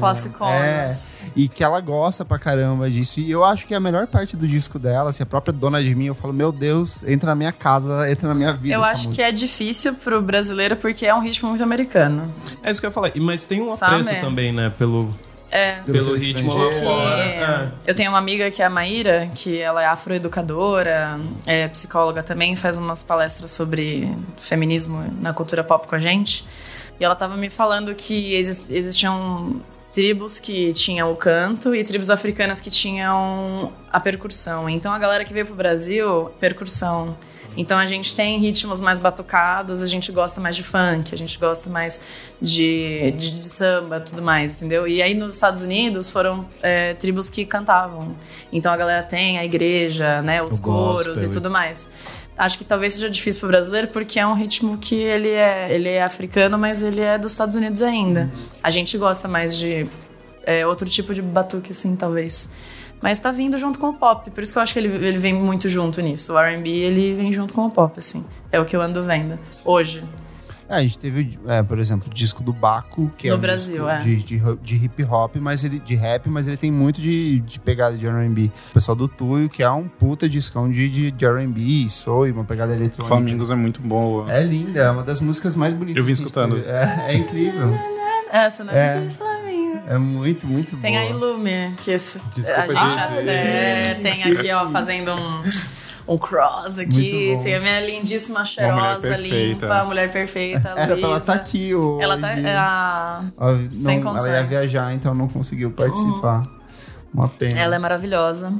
né? É, classiconas. e que ela gosta pra caramba disso. E eu acho que é a melhor parte do disco dela, assim, a própria dona de mim, eu falo, meu Deus, entra na minha casa, entra na minha vida. Eu essa acho que música. é difícil pro brasileiro porque é um ritmo muito americano. É isso que eu ia falar. E- Mas tem um Sabe? apreço também, né? Pelo, É. pelo ritmo lá Que fora. É. eu tenho uma amiga que é a Maíra, que ela é afroeducadora, é psicóloga também, faz umas palestras sobre feminismo na cultura pop com a gente. E ela tava me falando que exis- existiam tribos que tinham o canto e tribos africanas que tinham a percussão. Então a galera que veio pro Brasil, percussão. Então a gente tem ritmos mais batucados, a gente gosta mais de funk, a gente gosta mais de, de, de samba, tudo mais, entendeu? E aí nos Estados Unidos foram é, tribos que cantavam. Então a galera tem a igreja, né, os O coros gospel e e- tudo mais. Acho que talvez seja difícil pro brasileiro porque é um ritmo que ele é, ele é africano, mas ele é dos Estados Unidos ainda. A gente gosta mais de é, outro tipo de batuque, assim, talvez. Mas tá vindo junto com o pop, por isso que eu acho que ele, ele vem muito junto nisso. O R&B, ele vem junto com o pop, assim. É o que eu ando vendo hoje. É, a gente teve, é, por exemplo, o disco do Baco, que é No um Brasil, disco é. de, de, ro- de hip hop, mas ele de rap, mas ele tem muito de, de pegada de R&B. O pessoal do Tuyo, que é um puta discão de, de, de R&B, soul, uma pegada eletrônica. Flamingos é muito boa. É linda, é uma das músicas mais bonitas. Eu vim que a gente escutando. teve. É, é incrível. Essa, né? É. De Flamingo. É muito, muito Tem boa. a Ilume, que esse, Desculpa a dizer. gente até Sim, tem sim. aqui, ó, fazendo um, um cross aqui. Muito bom. Tem a minha lindíssima, cheirosa, perfeita. limpa, mulher Era perfeita, pra É, ela Luísa. estar aqui hoje. Ela tá... é a- Ela, Sem não, ela ia condições. Uhum. viajar, então não conseguiu participar. Uma pena. Ela é maravilhosa.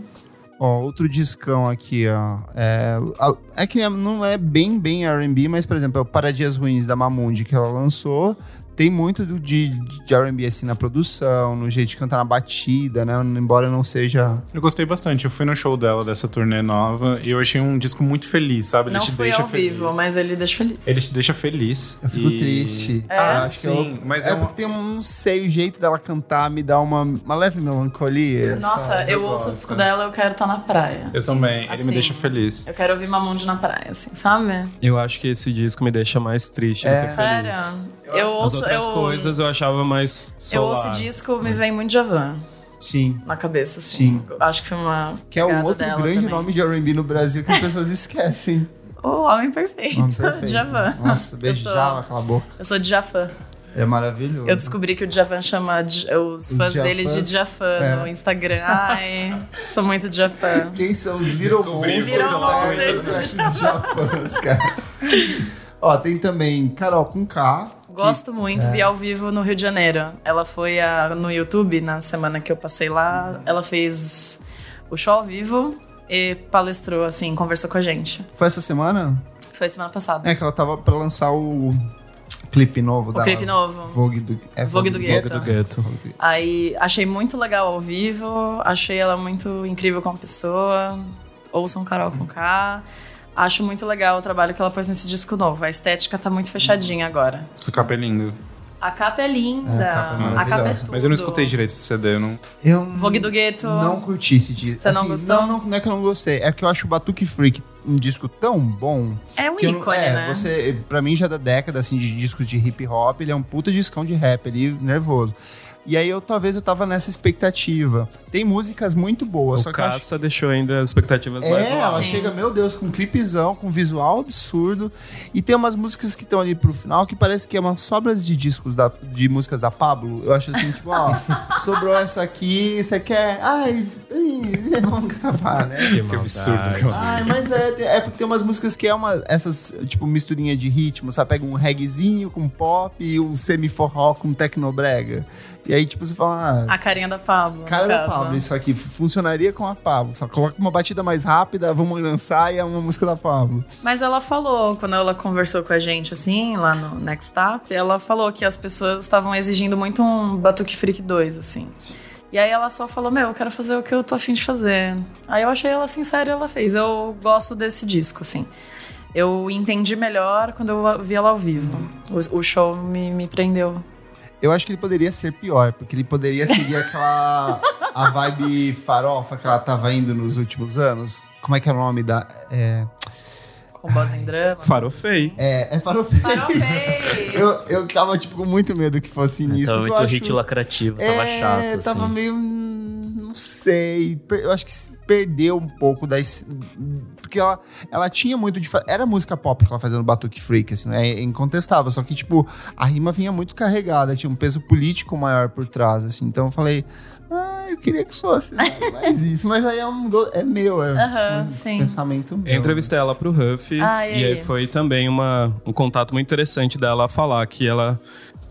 Ó, outro discão aqui, ó. É, a- é que não é bem, bem R&B, mas, por exemplo, é o Paradias Ruins da Mamundi que ela lançou. Tem muito do- de, de R&B, assim, na produção, no jeito de cantar na batida, né? Embora não seja... Eu gostei bastante. Eu fui no show dela dessa turnê nova e eu achei um disco muito feliz, sabe? Ele Não te fui deixa ao feliz. vivo, mas ele deixa feliz. Ele te deixa feliz. Eu fico E- triste. É? Eu sim, eu- mas é, é uma- porque tem um... Não sei, o jeito dela cantar me dá uma, uma leve melancolia. Nossa, sabe? eu, eu ouço o gosto. disco dela, eu quero estar na praia. Eu também. Assim. Ele me deixa feliz. Eu quero ouvir Mamundi na praia, assim, sabe? Eu acho que esse disco me deixa mais triste É. do que Sério. feliz. Eu As ouço. outras eu, coisas eu achava mais eu solar. ouço disco, me vem muito Javan Sim. na cabeça, assim. Sim. Acho que foi uma. Que é um pegada outro dela grande também. nome de R&B no Brasil que as pessoas <laughs> esquecem. O Homem Perfeito. Nome perfeito. <laughs> Djavan. Nossa, Então, Eu beijava sou- aquela boca. Eu sou Djavan. É maravilhoso. Eu descobri que o Djavan chama Dj- os fãs Djavans. dele de Djavan no É. Instagram. Ai, sou muito Djavan. Quem são os Little Monsters? Little Monsters. Os Japãs, cara. Ó, tem também Carol com K. Gosto muito, é. vi ao vivo no Rio de Janeiro. Ela foi a- no YouTube, na semana que eu passei lá, ela fez o show ao vivo e palestrou, assim, conversou com a gente. Foi essa semana? Foi semana passada. É que ela tava pra lançar o clipe novo o da clipe novo. Vogue do, é Vogue do Gueto. do gueto. Vogue do- Aí achei muito legal ao vivo, achei ela muito incrível como pessoa. Ouçam Carol com K. Acho muito legal o trabalho que ela pôs nesse disco novo. A estética tá muito fechadinha agora. Esse capa é lindo. A capa é linda. É, a capa é a capa é maravilhosa. tudo. Mas eu não escutei direito esse CD, eu não. Eu Vogue do Gueto. não curti esse disco. Você não gostou? Não, não, não é que eu não gostei. É que eu acho o Batuque Freak um disco tão bom É um Que eu ícone, não- é, né? Você, pra mim, já da década assim, de discos de hip hop, ele é um puta discão de rap ali, nervoso. E aí eu talvez eu tava nessa expectativa. Tem músicas muito boas, o só que eu acho- Caça deixou ainda as expectativas mais é, lá. ela Sim. chega, meu Deus, com um clipezão, com um visual absurdo. E tem umas músicas que estão ali pro final que parece que é umas sobras de discos da- de músicas da Pablo. Eu acho assim, tipo, ó, <laughs> sobrou essa aqui, você quer? Ai, ih, <laughs> vamos gravar, né? Que absurdo, cara. Ai, mas é, é porque tem umas músicas que é uma. Essas, tipo, misturinha de ritmo, sabe? Pega um reggaezinho com pop e um semi-forró com tecnobrega. E aí, tipo, você fala. Ah, A carinha da Pablo. no Cara da caso. Pablo, isso aqui funcionaria com a Pablo. Só coloca uma batida mais rápida, vamos lançar e é uma música da Pablo. Mas ela falou, quando ela conversou com a gente, assim, lá no Next Up, ela falou que as pessoas estavam exigindo muito um Batuque Freak 2, assim. E aí ela só falou, meu, eu quero fazer o que eu tô afim de fazer. Aí eu achei ela sincera e ela fez. Eu gosto desse disco, assim. Eu entendi melhor quando eu vi ela ao vivo. O, o show me, me prendeu. Eu acho que ele poderia ser pior, porque ele poderia seguir aquela. a vibe farofa que ela tava indo nos últimos anos. Como é que é o nome da. É. Com voz em drama. Farofei. É, é farofa. Farofei! <laughs> Eu, eu tava, tipo, com muito medo que fosse nisso. Tava porque eu muito acho- Então, hit lacrativo, tava É, chato, Tava assim. meio. hum, Não sei. Per- Eu acho que se perdeu um pouco da. es- Porque ela, ela tinha muito de. fa- Era música pop que ela fazia no Batuque Freak, assim, né? É incontestável. Só que, tipo, a rima vinha muito carregada, tinha um peso político maior por trás, assim. Então eu falei. Ah, eu queria que fosse mais, <laughs> mais isso. Mas aí é um. go- É meu, é Aham, um sim. É pensamento meu. Eu entrevistei ela pro Huff Ah, e e aí? aí foi também uma, um contato muito interessante dela falar que ela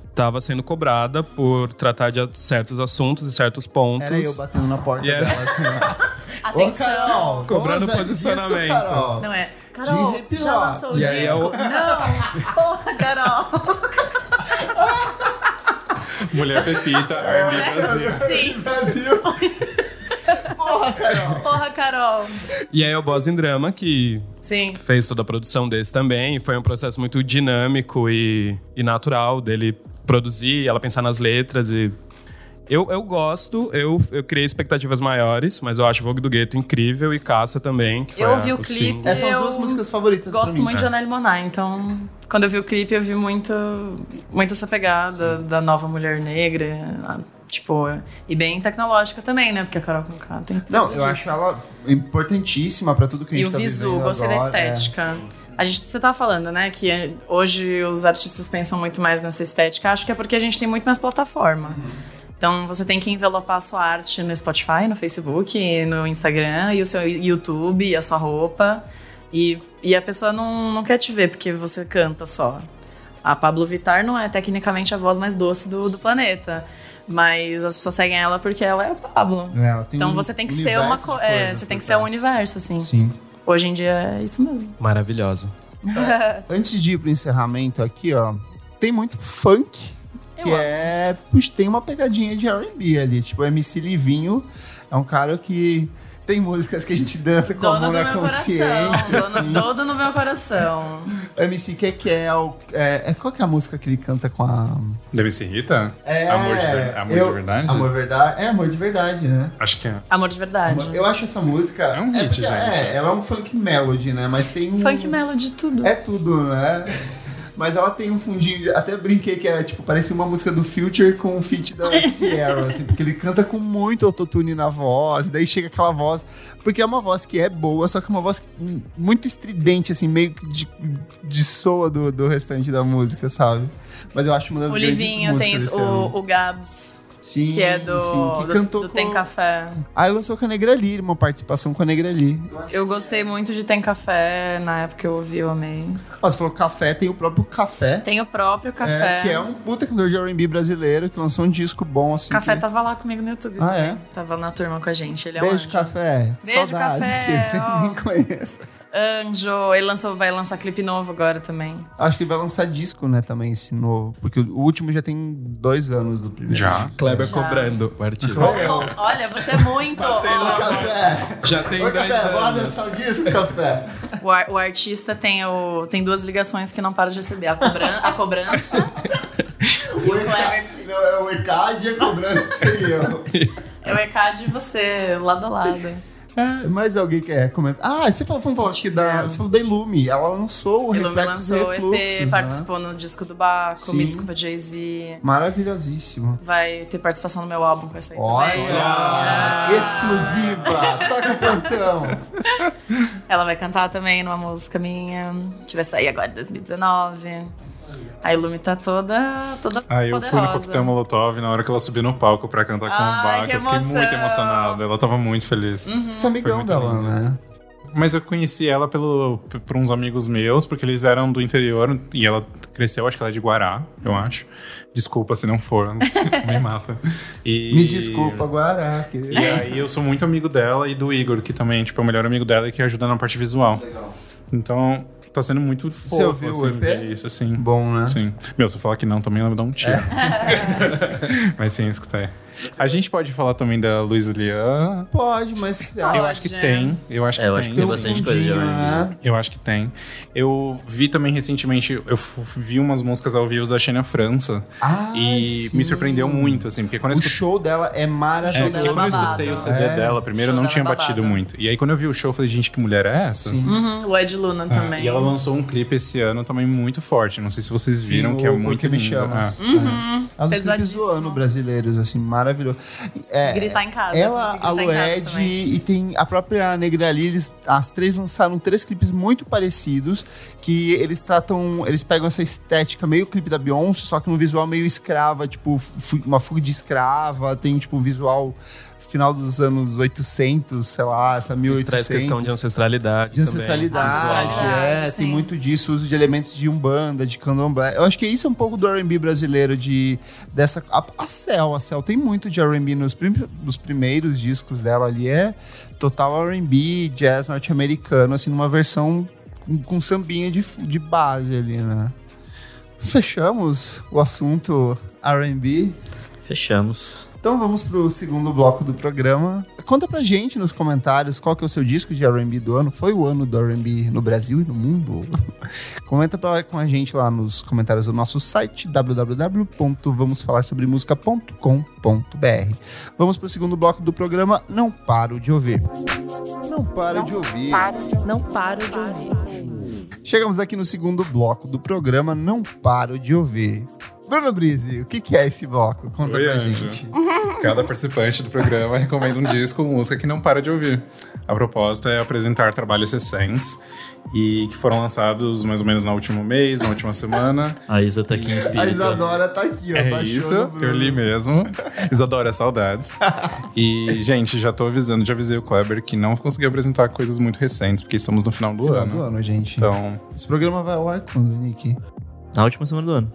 estava sendo cobrada por tratar de a- certos assuntos e certos pontos. Era eu batendo na porta E era- dela, assim, ó. <laughs> Ô, Atenção! Carol, Cobrando vamos lançar esse disco, posicionamento. Carol. Não é. De Carol, hip já hop. lançou o E disco. aí é o- Não! Porra, <laughs> Carol! É Mulher Pepita, R&B Brasil. Sim, Brasil. Porra, Carol. <laughs> porra, Carol! E aí é o Boss em Drama, que Sim. fez toda a produção desse também. e Foi um processo muito dinâmico e, e natural dele produzir, ela pensar nas letras e. Eu, eu gosto, eu, eu criei expectativas maiores, mas eu acho Vogue do Gueto incrível e Caça também. Que Eu foi ouvi a, o clipe. single. Essas são as Eu duas músicas favoritas pra Gosto mim. né? muito de Ana Monáe, então quando eu vi o clipe eu vi muito, muito essa pegada da nova mulher negra, a- tipo, e bem tecnológica também, né? Porque a Carol com K tem tudo Não, eu disso. acho ela importantíssima pra tudo que a E gente o tá visu, vivendo gostei da agora, estética. é. A gente, você tá falando, né, que eh, hoje os artistas pensam muito mais nessa estética. Acho que é porque a gente tem muito mais plataforma. Uhum. Então você tem que envelopar a sua arte no Spotify, no Facebook, no Instagram, e o seu YouTube, e a sua roupa. E, e a pessoa não, não quer te ver porque você canta só. A Pablo Vittar não é tecnicamente a voz mais doce do, do planeta. Mas as pessoas seguem ela porque ela é a Pablo. É. É, ela tem Então um você tem que ser uma universo co- de é, coisas você por tem que ser um trás. universo, assim. Sim. Hoje em dia é isso mesmo. Maravilhosa. Antes de ir pro encerramento aqui, ó, tem muito funk. Que Eu amo. é. Puxa, tem uma pegadinha de RB ali. Tipo, o MC Livinho é um cara que tem músicas que a gente dança com a Dono mão do na meu consciência. assim. coração. Dono todo no meu coração. MC Kekel. É, é- qual que é a música que ele canta com a. Deve ser Rita? É, Amor de ver- amor de verdade? Amor de verdade. É, amor de verdade, né? Acho que é. Amor de verdade. Eu acho essa música. É um porque- hit, gente. É, ela é um funk melody, né? Mas tem um. Funk Melody, tudo. É tudo, né? Mas ela tem um fundinho. de- Até brinquei que era tipo, parecia uma música do Future com um feat da Sierra, assim, porque ele canta com muito autotune na voz, daí chega aquela voz. Porque é uma voz que é boa, só que é uma voz que, hum, muito estridente, assim, meio que de, de soa do, do restante da música, sabe? Mas eu acho uma das o grandes Livinho músicas tem desse isso, ano. o, o Gabs. Sim, que é do, sim, que do, cantou do com- Tem Café. Aí lançou com a Negra Lee, uma participação com a Negra Lee. Eu gostei muito de Tem Café, na época que eu ouvi, eu amei. Ah, você falou café, tem o próprio Café. Tem o próprio É, Café. que é um puta cantor de R&B brasileiro, que lançou um disco bom, assim. Café que... tava lá comigo no YouTube Ah, também. é? Tava na turma com a gente. Ele é Beijo, um anjo. Café. Beijo, Saudade. <laughs> Café, que eles nem, ó. nem conhecem. Anjo. Ele lançou, vai lançar clipe novo agora também. Acho que ele vai lançar disco, né, também, esse novo. Porque o último já tem dois anos do primeiro. Já. Kleber Já. cobrando o artista. Ô, Olha, você é muito. ó. Café! Já tem Ô, 10 Café, bora anos. lançar o disco, Café? o, ar- o artista tem, o, tem duas ligações que não para de receber: a, cobran- a cobrança <laughs> e o Kleber. Não, é o ECAD e a cobrança e eu. É o ECAD e você, lado a lado. É, mas alguém quer comentar? Ah, você falou, vamos falar acho que da, você falou da Ilume. Ela lançou <laughs> o Ele me Reflexos e lançou o EP, Refluxos. né? participou no disco do Baco, Sim. me desculpa Jay-Z. Maravilhosíssimo. Vai ter participação no meu álbum com essa aí também. Olha! Exclusiva! Toca o plantão! Ela vai cantar também numa música minha, que vai sair agora em 2019. A Ilume tá toda, toda Aí Ah, eu poderosa. fui no Coquetel Molotov na hora que ela subiu no palco pra cantar com Ai, o Baco. que Eu fiquei muito emoção. emocionado. Ela tava muito feliz. Esse é amigão muito dela, lindo. né? Mas eu conheci ela pelo, p- por uns amigos meus, porque eles eram do interior e ela cresceu, acho que ela é de Guará, eu acho. Desculpa se não for, me mata. E- Me desculpa, Guará, E querido. aí eu sou muito amigo dela e do Igor, que também tipo, é o melhor amigo dela e que ajuda na parte visual. Então tá sendo muito fofo. ouviu o assim, EP? ver Isso, assim. Bom, né? Sim. Meu, se eu falar que não também, ela me dá um tiro. É. <laughs> Mas sim, escutei. A gente pode falar também da Luiz Lian. Pode, mas... Ah, Eu Pode, acho que né? tem. Eu acho que É, eu tem. acho que tem sim. bastante coisa de fundinho, R&B. um né? Eu acho que tem. Eu vi também recentemente, eu f- vi umas músicas ao vivo da Xenia França. Ah, e sim. me surpreendeu muito, assim, porque quando eu O escutei. show dela é É, show maravilhoso. porque dela é quando eu babado. escutei o CD É. dela, primeiro O eu show não dela tinha é batido babado. muito. E aí quando eu vi o show, eu falei, gente, que mulher é essa? Sim. Uhum, o Ed Luna também. E ela lançou um clipe esse ano também muito forte. Não sei se vocês viram, Sim, que é o muito Porque me lindo. chamas. É. É. É um dos clipes Uhum. Pesadíssimo. do ano brasileiros, assim, maravilhoso. É, Gritar em casa. Ela, essas assim, que a gritar em Lued casa também. e tem a própria Negra ali, eles, as três lançaram três clipes muito parecidos, que eles tratam, eles pegam essa estética meio clipe da Beyoncé, só que num visual meio escrava, tipo, fu- uma fuga de escrava, tem tipo um visual final dos anos 800, sei lá, essa 1800. Traz questão de ancestralidade. De também. ancestralidade, visual. é, Sim. tem muito disso, uso de elementos de umbanda, de candomblé. Eu acho que isso é um pouco do R&B brasileiro, de dessa a, a Cel, a Cel tem muito de R&B nos, prim- nos primeiros discos dela ali é total R&B, jazz norte-americano, assim numa versão com, com sambinha de, f- de base ali, né? Fechamos o assunto R&B. Fechamos. Então vamos pro segundo bloco do programa. Conta pra gente nos comentários qual que é o seu disco de R&B do ano. Foi o ano do R&B no Brasil e no mundo? <laughs> Comenta pra, com a gente lá nos comentários do nosso site www.vamosfalarsobremusica.com.br Vamos pro segundo bloco do programa Não Paro de Ouvir. Não paro de ouvir. Não paro de ouvir. Chegamos aqui no segundo bloco do programa Não Paro de Ouvir. Bruno Brise, o que, que é esse bloco? Conta Oi, pra Anjo. gente. Ah, Cada participante do programa <laughs> recomenda um disco ou música que não para de ouvir. A proposta é apresentar trabalhos recentes e que foram lançados mais ou menos no último mês, na última semana. A Isa tá aqui em A espírito. Isadora tá aqui, ó. É baixou isso, no Bruno. eu li mesmo. Isadora, saudades. E, gente, já tô avisando, já avisei o Kleber que não consegui apresentar coisas muito recentes, porque estamos no final do Final ano. do ano, gente. Então, Esse programa vai ao ar quando, Nick? Na última semana do ano.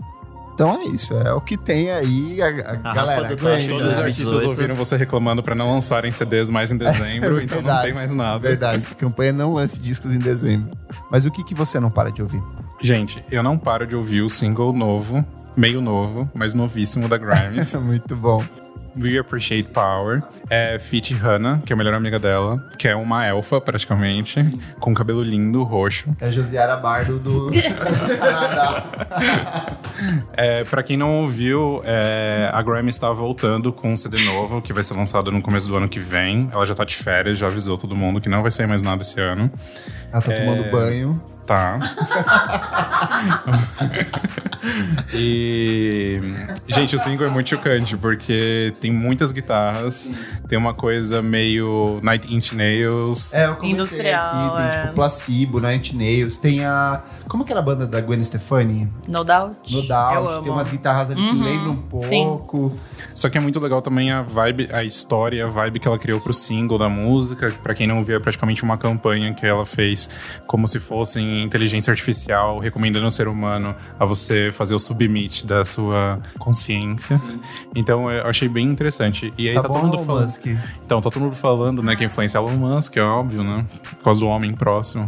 Então é isso, é o que tem aí, a, a galera. pra aguenta, Todos todos os os né? artistas 18. ouviram você reclamando pra não lançarem CDs mais em dezembro, <laughs> então não Verdade, tem mais nada. Verdade, campanha não lance discos em dezembro. Mas o que, que você não para de ouvir? Gente, eu não paro de ouvir o single novo, meio novo, mas novíssimo da Grimes. <laughs> Isso é <laughs> muito bom. We Appreciate Power. É Fit Hannah, que é a melhor amiga dela, que é uma elfa praticamente, com cabelo lindo, roxo. É a Josiara Bardo do Canadá. É, para quem não ouviu, é, a Grammy está voltando com um CD novo, que vai ser lançado no começo do ano que vem. Ela já tá de férias, já avisou todo mundo que não vai sair mais nada esse ano. É. Ela tá tomando banho. Tá. <laughs> E. Gente, o single é muito chocante, porque tem muitas guitarras, tem uma coisa meio Night Inch Nails. É, eu comentei Industrial, aqui, tem é. tipo Placebo, Night Nails, tem a... Como que era a banda da Gwen Stefani? No Doubt. No Eu Doubt, amo. tem umas guitarras ali que Uhum, lembram um sim. pouco. Só que é muito legal também a vibe, a história, a vibe que ela criou pro single da música. que Pra quem não viu, é praticamente uma campanha que ela fez como se fosse em inteligência artificial, recomendando ao ser humano a você fazer o submit da sua consciência. Então eu achei bem interessante. E aí tá, tá bom, todo mundo Elon falando. Musk? Então, tá todo mundo falando, né, que a influência é Elon Musk, é óbvio, né? Por causa do <laughs> homem próximo.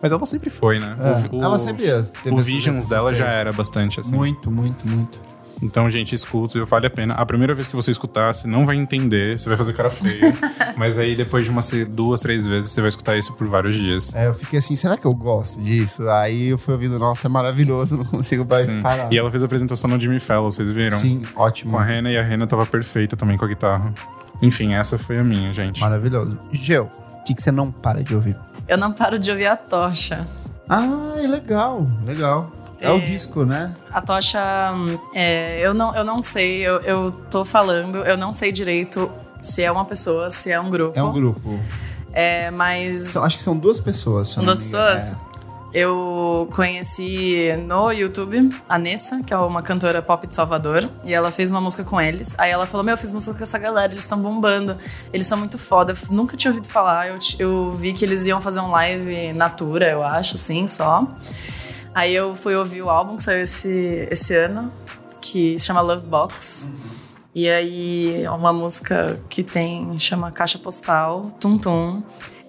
Mas ela sempre foi, né? É, O- o- ela sempre teve O essa Visions dela já resistência. era bastante, assim. Muito, muito, muito. Então, gente, escuta, vale a pena. A primeira vez que você escutar, você não vai entender, você vai fazer <laughs> cara feia. mas aí, depois de umas se- duas, três vezes, você vai escutar isso por vários dias. É, eu fiquei assim, será que eu gosto disso? Aí eu fui ouvindo, nossa, é maravilhoso, <laughs> não consigo mais Sim. parar. E ela fez a apresentação no Jimmy Fallon, vocês viram? Sim, ótimo. Com a Hannah, e a Hannah tava perfeita também com a guitarra. Enfim, essa foi a minha, gente. Maravilhoso. Geo, o que, que você não para de ouvir? Eu não paro de ouvir a tocha. Ah, é legal, legal. É, o É. disco, né? A tocha, hum, é, eu, não, eu não sei, eu, eu tô falando, eu não sei direito se é uma pessoa, se é um grupo. É um grupo. É, mas São- acho que são duas pessoas. se eu São não duas me engano. É. pessoas? Eu conheci no YouTube a Nessa, que é uma cantora pop de Salvador, e ela fez uma música com eles. Aí ela falou: Meu, eu fiz música com essa galera, eles estão bombando, eles são muito foda. Eu nunca tinha ouvido falar, eu, ti- eu vi que eles iam fazer um live Natura, eu acho, assim, só. Aí eu fui ouvir o álbum que saiu esse, esse ano, que se chama Love Box. E aí é uma música que tem, chama Caixa Postal, Tum Tum.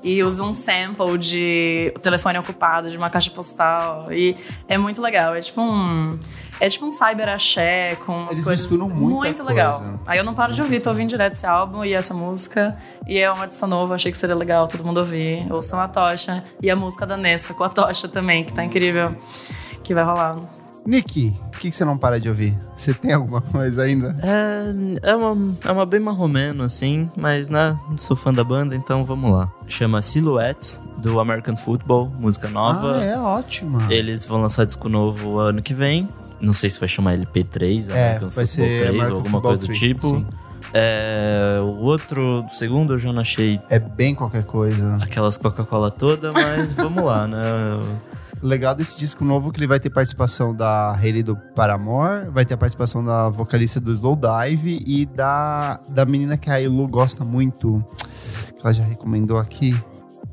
E usa um sample de telefone ocupado, de uma caixa postal. E é muito legal. É tipo um. É tipo um cyber axé com umas Eles coisas. misturam muita muito coisa. legal. Aí eu não paro de ouvir, tô ouvindo direto esse álbum e essa música. E é uma artista nova, achei que seria legal todo mundo ouvir. Ouçam a tocha. E a música da Nessa com a tocha também, que tá incrível. Que vai rolar. É. Nick, o que, que você não para de ouvir? Você tem alguma coisa ainda? É, é uma, é uma bem marromeno, assim, mas né, não sou fã da banda, então vamos lá. Chama Silhouette, do American Football, música nova. Ah, é ótima. Eles vão lançar disco novo ano que vem. Não sei se vai chamar LP3, É, American vai Football ser 3 American ou alguma Football coisa do 3, tipo. sim. É, o outro, o segundo, eu já não achei É bem qualquer coisa. aquelas Coca-Cola toda, <laughs> mas vamos lá, né? O legal desse disco novo é que ele vai ter participação da Hayley do Paramore, vai ter a participação da vocalista do Slowdive e da, da menina que a Ilu gosta muito, que ela já recomendou aqui.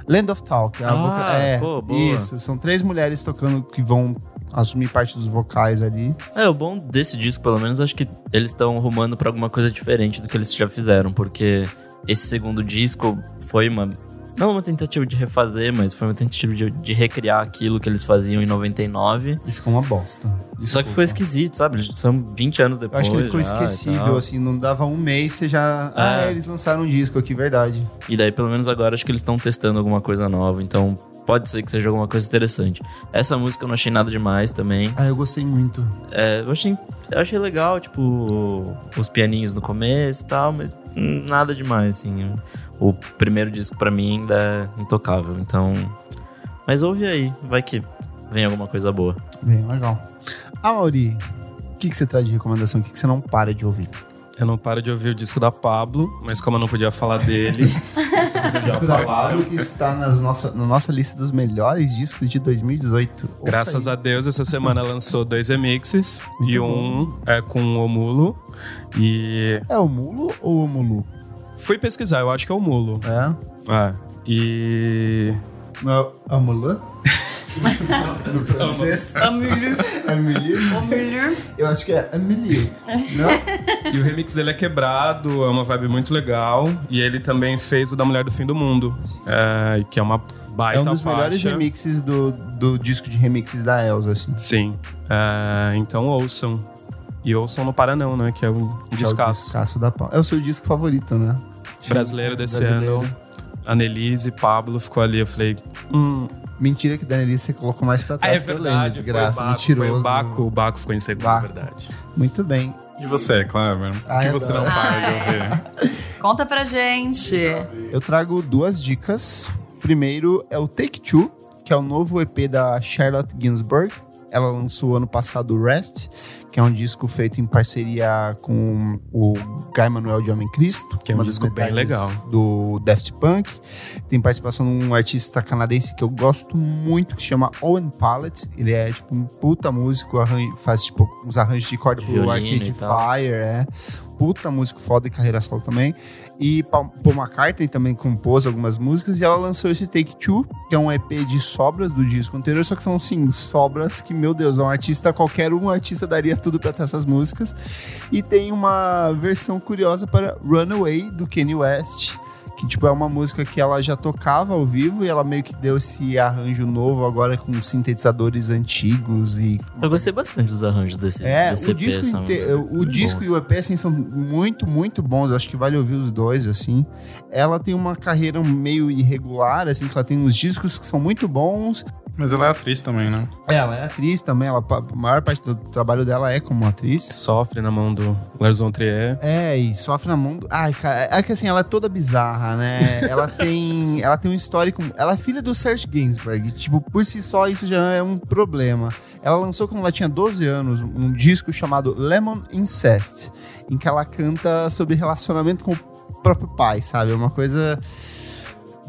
Land of Talk. a Ah, voca- é, pô, boa. Isso, são três mulheres tocando que vão assumir parte dos vocais ali. É, o bom desse disco, pelo menos, acho que eles estão rumando pra alguma coisa diferente do que eles já fizeram, porque esse segundo disco foi uma. Não uma tentativa de refazer, mas foi uma tentativa de, de recriar aquilo que eles faziam em 99. E ficou uma bosta. Só que Desculpa. foi esquisito, sabe? Eles São 20 anos Eu depois. acho que ele ficou já e esquecível, tal. assim, não dava um mês, você já. Ah, É. eles lançaram um disco aqui, verdade. E daí, pelo menos agora, acho que eles estão testando alguma coisa nova. Então, pode ser que seja alguma coisa interessante. Essa música eu não achei nada demais também. Ah, eu gostei muito. É, eu, achei, eu achei legal, tipo, os pianinhos no começo e tal, mas hum, nada demais, assim. O primeiro disco, pra mim, ainda é intocável. Então. Mas ouve aí, vai que vem alguma coisa boa. Bem legal. Ah, Mauri, o que, que você traz de recomendação? O que, que você não para de ouvir? Eu não paro de ouvir o disco da Pablo, mas como eu não podia falar <laughs> dele, Disco da Pablo que está nas nossa, na nossa lista dos melhores discos de 2018. Ouça graças aí. a Deus, essa semana lançou dois remixes e um é com o Mulo. E É o Mulo ou o Mulu? fui pesquisar, eu acho que é o Mulo. É? É. E Não é o- a Mulan? <laughs> no francês? Amuliu, Amélie? Amuliu. Eu acho que é Amélie. Não? E o remix dele é quebrado, é uma vibe muito legal. E ele também fez o da Mulher do Fim do Mundo, é, que é uma baita É um dos faixa. melhores remixes do, do disco de remixes da Elsa, assim. Sim. É, então ouçam. E ouçam no Paraná, né? Que é um descasso. Descasso da Pablo. É o seu disco favorito, né? Brasileiro desse Brasileiro. ano. Annelise, Pablo ficou ali. Eu falei, hum. Mentira que Daniel você colocou mais pra Ah, é trás. que eu lembro, verdade. desgraça, foi o Baco, mentiroso. Foi o Baco, o Baco ficou em segundo, Baco. é verdade. Muito bem. E você, Cleber? Ah, o que eu você não adoro. para de ouvir? Conta pra gente. Eu trago duas dicas. Primeiro é o Take Two, que é o novo EP da Charlotte Ginsburg. Ela lançou ano passado o Rest, que é um disco feito em parceria com o Guy Manuel de Homem Cristo. Que é um uma das disco bem metades legal. Do Daft Punk. Tem participação de um artista canadense que eu gosto muito, que se chama Owen Pallet. Ele é, tipo, um puta músico, arran- faz, tipo, uns arranjos de corda pro Violino Arcade e tal. Fire, é. Puta músico foda e carreira solo também. E Pa- Paul McCartney também compôs algumas músicas e ela lançou esse Take Two, que é um EP de sobras do disco anterior, só que são, sim, sobras que, meu Deus, é um artista, qualquer um artista daria tudo pra ter essas músicas. E tem uma versão curiosa para Runaway, do Kanye West, que, tipo, é uma música que ela já tocava ao vivo e ela meio que deu esse arranjo novo agora com sintetizadores antigos e Eu gostei bastante dos arranjos desse, é, desse o disco, EP, sabe? inte- o é Muito disco bom. e o EP assim, são muito, muito bons. Eu acho que vale ouvir os dois, assim. Ela tem uma carreira meio irregular, assim, que ela tem uns discos que são muito bons. Mas ela é atriz também, né? Ela é atriz também, ela, pa- a maior parte do trabalho dela é como atriz. Sofre na mão do Lars von Trier. É, e sofre na mão do... Ai, cara, é que assim, ela é toda bizarra, né? Ela tem, ela tem um histórico... Ela é filha do Serge Gainsbourg. e, Tipo, por si só, isso já é um problema. Ela lançou, quando ela tinha 12 anos, um disco chamado Lemon Incest, em que ela canta sobre relacionamento com o próprio pai, sabe? É uma coisa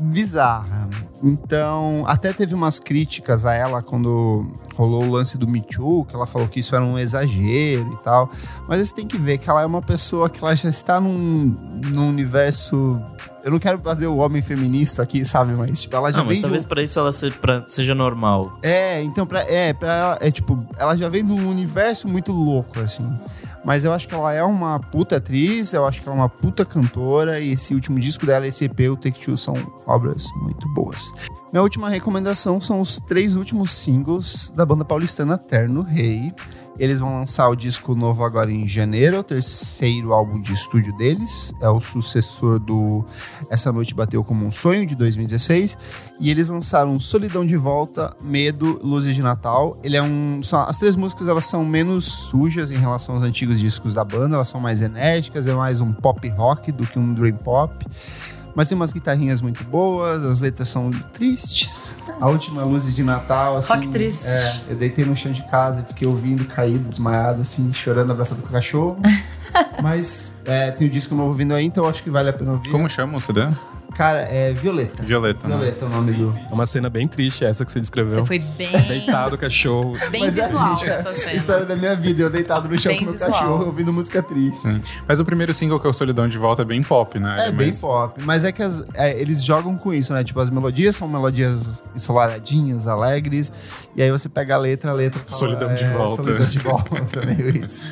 bizarra. Então, até teve umas críticas a ela quando rolou o lance do Me Too, que ela falou que isso era um exagero e tal. Mas você tem que ver que ela é uma pessoa que ela já está num, num universo. Eu não quero fazer o homem feminista aqui, sabe? Mas, tipo, ela já Ah, vem mas de um- talvez pra isso ela seja, pra- seja normal. É, então, pra, é, pra ela, é tipo, ela já vem de um universo muito louco, assim. Mas eu acho que ela é uma puta atriz, eu acho que ela é uma puta cantora, e esse último disco dela, esse EP, o Take Two, são obras muito boas. Minha última recomendação são os três últimos singles da banda paulistana Terno Rei. Eles vão lançar o disco novo agora em janeiro, o terceiro álbum de estúdio deles. É o sucessor do Essa Noite Bateu Como um Sonho, de 2016. E eles lançaram Solidão de Volta, Medo, Luzes de Natal. Ele é um. são- as três músicas elas são menos sujas em relação aos antigos discos da banda, elas são mais enérgicas, é mais um pop rock do que um dream pop. Mas tem umas guitarrinhas muito boas, as letras são tristes. A última Luzes de Natal, assim. Rock triste. É, eu deitei no chão de casa e fiquei ouvindo, caído, desmaiado, assim, chorando, abraçado com o <laughs> cachorro. Mas é, tem o disco novo vindo aí, então eu acho que vale a pena ouvir. Como chama o CD? Cara, é Violeta. Violeta. né? Violeta é o nome do. É uma cena bem triste essa que você descreveu. Você foi <laughs> bem, Deitado, <laughs> cachorro. bem Mas é a visual gente- essa cena. História da minha vida, eu deitado no chão Bem com meu visual. cachorro ouvindo música triste. Sim. Mas o primeiro single, que é o Solidão de Volta, é bem pop, né? É, Ele bem mais- pop, mas é que as- é, eles jogam com isso, né? Tipo, as melodias são melodias ensolaradinhas, alegres, e aí você pega a letra, a letra fala, Solidão de é, volta. Solidão de volta, <laughs> meio isso.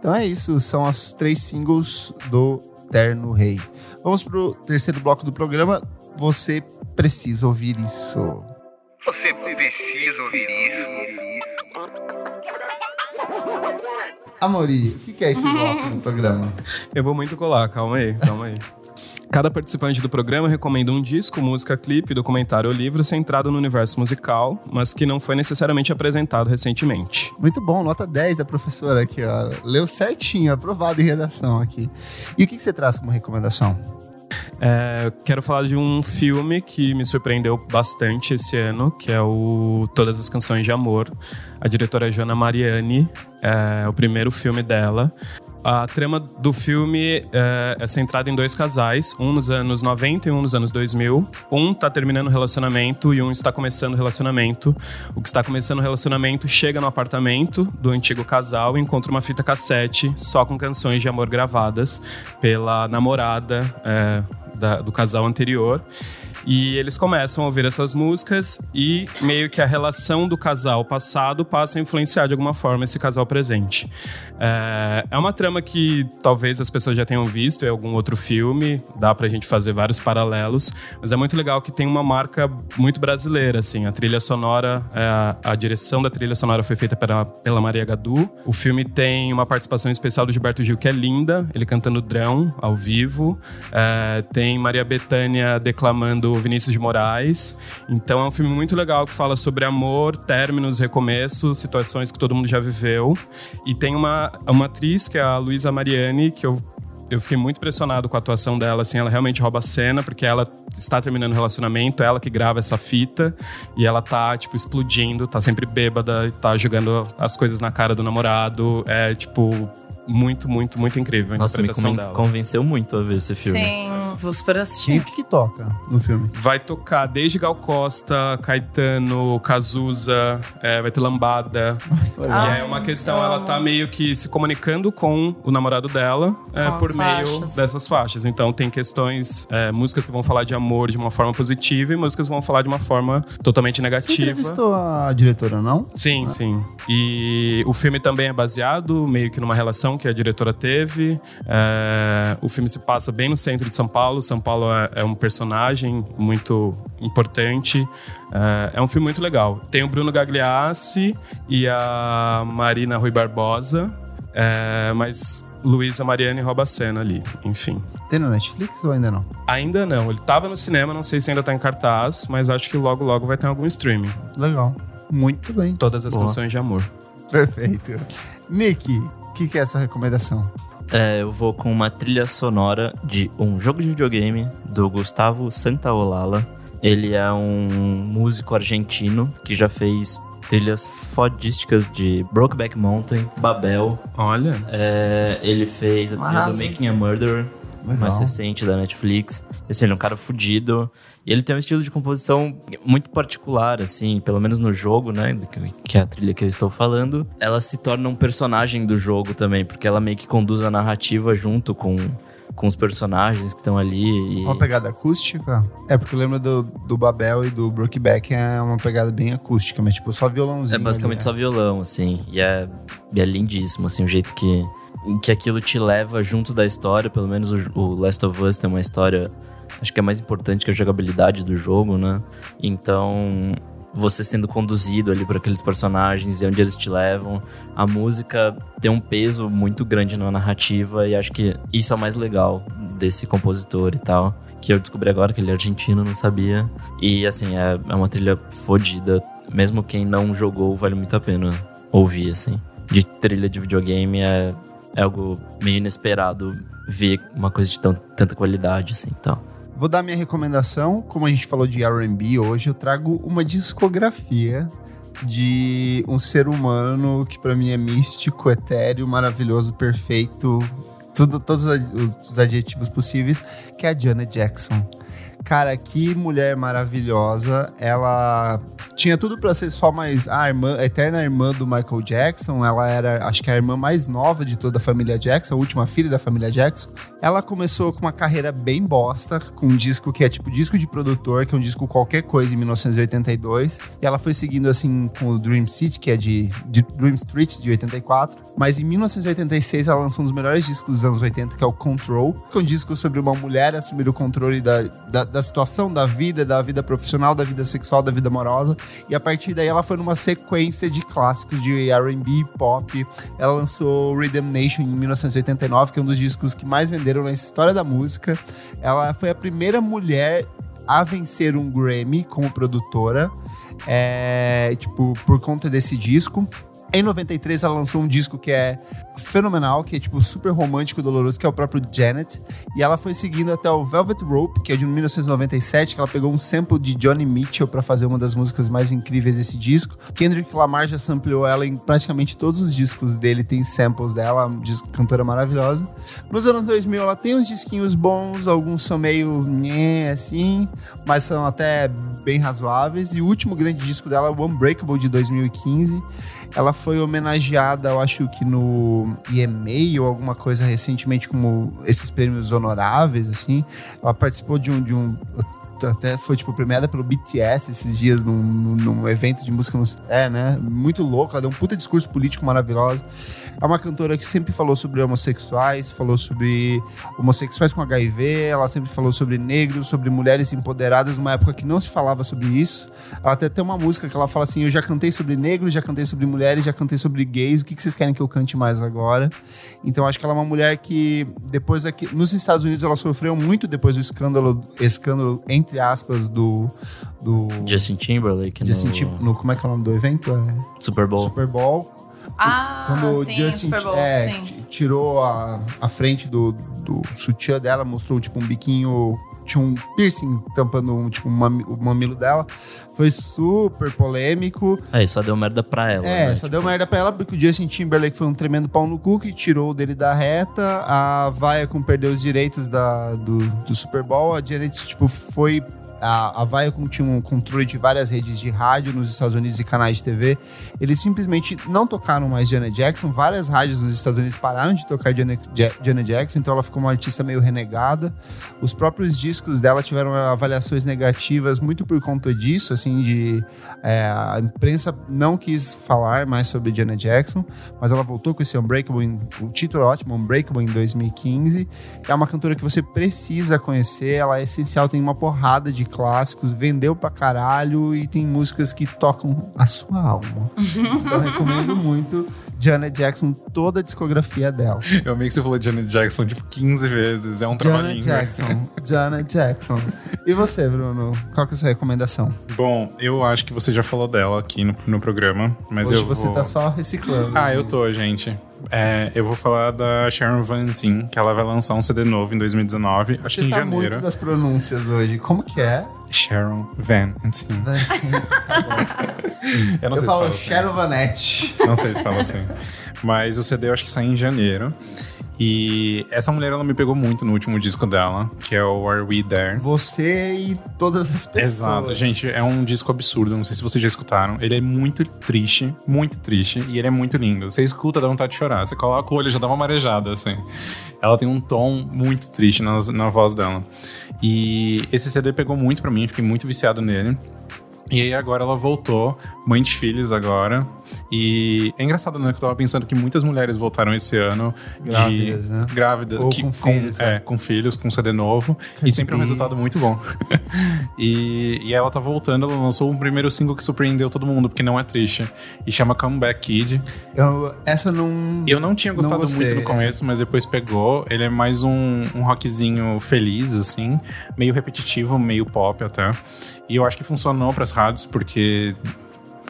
Então é isso, são as três singles do Terno Rei. Vamos pro terceiro bloco do programa, você precisa ouvir isso. Você precisa ouvir isso. Amori, o que que é esse bloco do programa? Eu vou muito colar, calma aí, calma aí. Cada participante do programa recomenda um disco, música, clipe, documentário ou livro centrado no universo musical, mas que não foi necessariamente apresentado recentemente. Muito bom, nota 10 da professora aqui, ó. Leu certinho, aprovado em redação aqui. E o que, que você traz como recomendação? É, eu quero falar de um filme que me surpreendeu bastante esse ano, que é o Todas as Canções de Amor. A diretora é Joana Mariani, é o primeiro filme dela. A trama do filme é, é centrada em dois casais, um nos anos 90 e um nos anos 2000. Um está terminando o relacionamento e um está começando o relacionamento. O que está começando o relacionamento chega no apartamento do antigo casal e encontra uma fita cassete só com canções de amor gravadas pela namorada é, da- do casal anterior. E eles começam a ouvir essas músicas e meio que a relação do casal passado passa a influenciar de alguma forma esse casal presente. É, é uma trama que talvez as pessoas já tenham visto em algum outro filme, dá pra gente fazer vários paralelos, mas é muito legal que tem uma marca muito brasileira, assim. A trilha sonora, é, a direção da trilha sonora foi feita pela, pela Maria Gadu. O filme tem uma participação especial do Gilberto Gil, que é linda, ele cantando drão ao vivo. É, tem Maria Bethânia declamando Vinícius de Moraes. Então é um filme muito legal que fala sobre amor, términos, recomeços, situações que todo mundo já viveu. E tem uma, uma atriz, que é a Luísa Mariani, que eu eu fiquei muito impressionado com a atuação dela, assim, ela realmente rouba a cena, porque ela está terminando o relacionamento, ela que grava essa fita, e ela tá, tipo, explodindo, tá sempre bêbada, tá jogando as coisas na cara do namorado, é, tipo, muito, muito, muito incrível a Nossa, me interpretação conven- dela. convenceu muito a ver esse filme. Sim, vou super E o assistir. que, que toca no filme? Vai tocar desde Gal Costa, Caetano, Cazuza, é, vai ter Lambada. legal. e é uma questão, ela tá meio que se comunicando com o namorado dela é, Com as por meio faixas. dessas faixas. Então tem questões, é, músicas que vão falar de amor de uma forma positiva e músicas que vão falar de uma forma totalmente Você negativa. entrevistou a diretora, não? Sim, sim. E o filme também é baseado meio que numa relação que a diretora teve. É, o filme se passa bem no centro de São Paulo. São Paulo é, é um personagem muito importante. É, é um filme muito legal. Tem o Bruno Gagliassi e a Marina Rui Barbosa, é, mas Luísa Mariane rouba a cena ali, enfim. Tem na Netflix ou ainda não? Ainda não. Ele tava no cinema, não sei se ainda tá em cartaz, mas acho que logo, logo vai ter algum streaming. Legal. Muito bem. Todas as Boa. canções de amor. Perfeito. Nick, o que, que é a sua recomendação? É, eu vou com uma trilha sonora de um jogo de videogame do Gustavo Santaolala. Ele é um músico argentino que já fez trilhas fodísticas de Brokeback Mountain, Babel. Olha. É, ele fez a trilha do Arrasa. Making a Murderer, Legal. mais recente da Netflix. Esse ele é um cara fudido. E ele tem um estilo de composição muito particular, assim, pelo menos no jogo, né? que- Que é a trilha que eu estou falando. Ela se torna um personagem do jogo também, porque ela meio que conduz a narrativa junto com, com os personagens que estão ali. e- Uma pegada acústica? É, porque eu lembro do, do Babel e do Brokeback é uma pegada bem acústica, mas tipo, só violãozinho. É basicamente só violão, assim. E é, e é lindíssimo, assim, o jeito que, que aquilo te leva junto da história. Pelo menos o, o Last of Us tem uma história, acho que é mais importante que a jogabilidade do jogo, né? Então, você sendo conduzido ali por aqueles personagens e onde eles te levam. A música tem um peso muito grande na narrativa e acho que isso é o mais legal desse compositor e tal. Que eu descobri agora que ele é argentino, não sabia. E assim, é, é uma trilha fodida. Mesmo quem não jogou, vale muito a pena ouvir, assim. De trilha de videogame é, é algo meio inesperado ver uma coisa de tão- tanta qualidade, assim, então. Vou dar minha recomendação. Como a gente falou de RB hoje, eu trago uma discografia de um ser humano que pra mim é místico, etéreo, maravilhoso, perfeito, tudo, todos os ad- os adjetivos possíveis, que é a Janet Jackson. Cara, que mulher maravilhosa. Ela tinha tudo pra ser só mais a irmã, a eterna irmã do Michael Jackson. Ela era, acho que a irmã mais nova de toda a família Jackson, a última filha da família Jackson. Ela começou com uma carreira bem bosta, com um disco que é tipo disco de produtor, que é um disco qualquer coisa em 1982. E ela foi seguindo assim com o Dream City, que é de, de Dream Street de 84. Mas em 1986 ela lançou um dos melhores discos dos anos 80, que é o Control, que é um disco sobre uma mulher assumir o controle da, da, da situação da vida, da vida profissional, da vida sexual, da vida amorosa. E a partir daí ela foi numa sequência de clássicos de RB, pop, ela lançou Redemption em 1989, que é um dos discos que mais venderam na história da música. Ela foi a primeira mulher a vencer um Grammy como produtora, é, tipo, por conta desse disco. Em 93 ela lançou um disco que é fenomenal, que é tipo super romântico e doloroso, que é o próprio Janet. E ela foi seguindo até o Velvet Rope, que é de 1997, que ela pegou um sample de Johnny Mitchell pra fazer uma das músicas mais incríveis desse disco. Kendrick Lamar já sampleou ela em praticamente todos os discos dele, tem samples dela, uma dis- cantora maravilhosa. Nos anos 2000 ela tem uns disquinhos bons, alguns são meio nhé, assim, mas são até bem razoáveis. E o último grande disco dela é o Unbreakable de 2015. Ela foi homenageada, eu acho que no EMA ou alguma coisa recentemente, como esses prêmios honoráveis, assim. Ela participou de um. De um até foi, tipo, premiada pelo BTS esses dias num, num- num evento de música. no- É, né? Muito louco. Ela deu um puta discurso político maravilhoso. É uma cantora que sempre falou sobre homossexuais, falou sobre homossexuais com HIV, ela sempre falou sobre negros, sobre mulheres empoderadas, numa época que não se falava sobre isso. Ela até tem uma música que ela fala assim: Eu já cantei sobre negros, já cantei sobre mulheres, já cantei sobre gays, o que que vocês querem que eu cante mais agora? Então acho que ela é uma mulher que depois aqui. Nos Estados Unidos ela sofreu muito depois do escândalo, escândalo, entre aspas, do. do Justin Timberlake no Justin Tim- no, como é que é o nome do evento? É Super Bowl. Super Bowl Ah, quando o sim, é Justin Super Bowl, é, sim. t- tirou a, a frente do, do sutiã dela, mostrou tipo um biquinho, tinha um piercing tampando um, tipo, um mami- o mamilo dela. Foi super polêmico. Aí É, só deu merda pra ela. É, né? só deu merda pra ela porque o Justin Timberlake foi um tremendo pau no cu que tirou o dele da reta. A Viacom perdeu os direitos da, do, do Super Bowl. A Janet, tipo, foi. A, a Viacom tinha um controle de várias redes de rádio nos Estados Unidos e canais de TV. Eles simplesmente não tocaram mais Janet Jackson. Várias rádios nos Estados Unidos pararam de tocar Janet, Ja- Janet Jackson, então ela ficou uma artista meio renegada. Os próprios discos dela tiveram avaliações negativas muito por conta disso, assim, de é, a imprensa não quis falar mais sobre Janet Jackson, mas ela voltou com esse Unbreakable, em- o título é ótimo, Unbreakable em 2015. É uma cantora que você precisa conhecer, ela é essencial, tem uma porrada de clássicos, vendeu pra caralho e tem músicas que tocam a sua alma. Então eu recomendo muito Janet Jackson, toda a discografia dela. Eu amei que você falou de Janet Jackson, tipo, 15 vezes. É um Janet trabalhinho. Jackson, Janet Jackson. E você, Bruno? Qual que é a sua recomendação? Bom, eu acho que você já falou dela aqui no, no programa, mas Hoje eu você vou... tá só reciclando. Ah, eu tô, gente. É, eu vou falar da Sharon Van Teen, que ela vai lançar um CD novo em 2019, acho Você que em tá janeiro. muito das pronúncias hoje. Como que é? Sharon Van Teen. <laughs> Eu tá não eu falo sei se fala Cheryl Vanette. assim. Não sei se fala assim. Mas o CD eu acho que sai em janeiro. E essa mulher, ela me pegou muito no último disco dela, que é o Are We There? Você e todas as pessoas. Exato, gente, é um disco absurdo, não sei se vocês já escutaram. Ele é muito triste, muito triste, e ele é muito lindo. Você escuta, dá vontade de chorar. Você coloca o olho, já dá uma marejada, assim. Ela tem um tom muito triste na, na voz dela. E esse CD pegou muito pra mim, fiquei muito viciado nele. E aí agora ela voltou, mãe de filhos agora. E é engraçado, né? Que eu tava pensando que muitas mulheres voltaram esse ano de- Grávidas, né? Grávidas. Ou com filhos, É, com filhos, com CD novo. E sempre é um B. resultado muito bom. <laughs> e, e ela tá voltando, ela lançou um primeiro single que surpreendeu todo mundo, porque não é triste. E chama Comeback Kid. Eu- essa não. Eu não tinha Não gostado gostei, muito no é. começo, mas depois pegou. Ele é mais um, um rockzinho feliz, assim. Meio repetitivo, meio pop até. E eu acho que funcionou pras rádios, porque...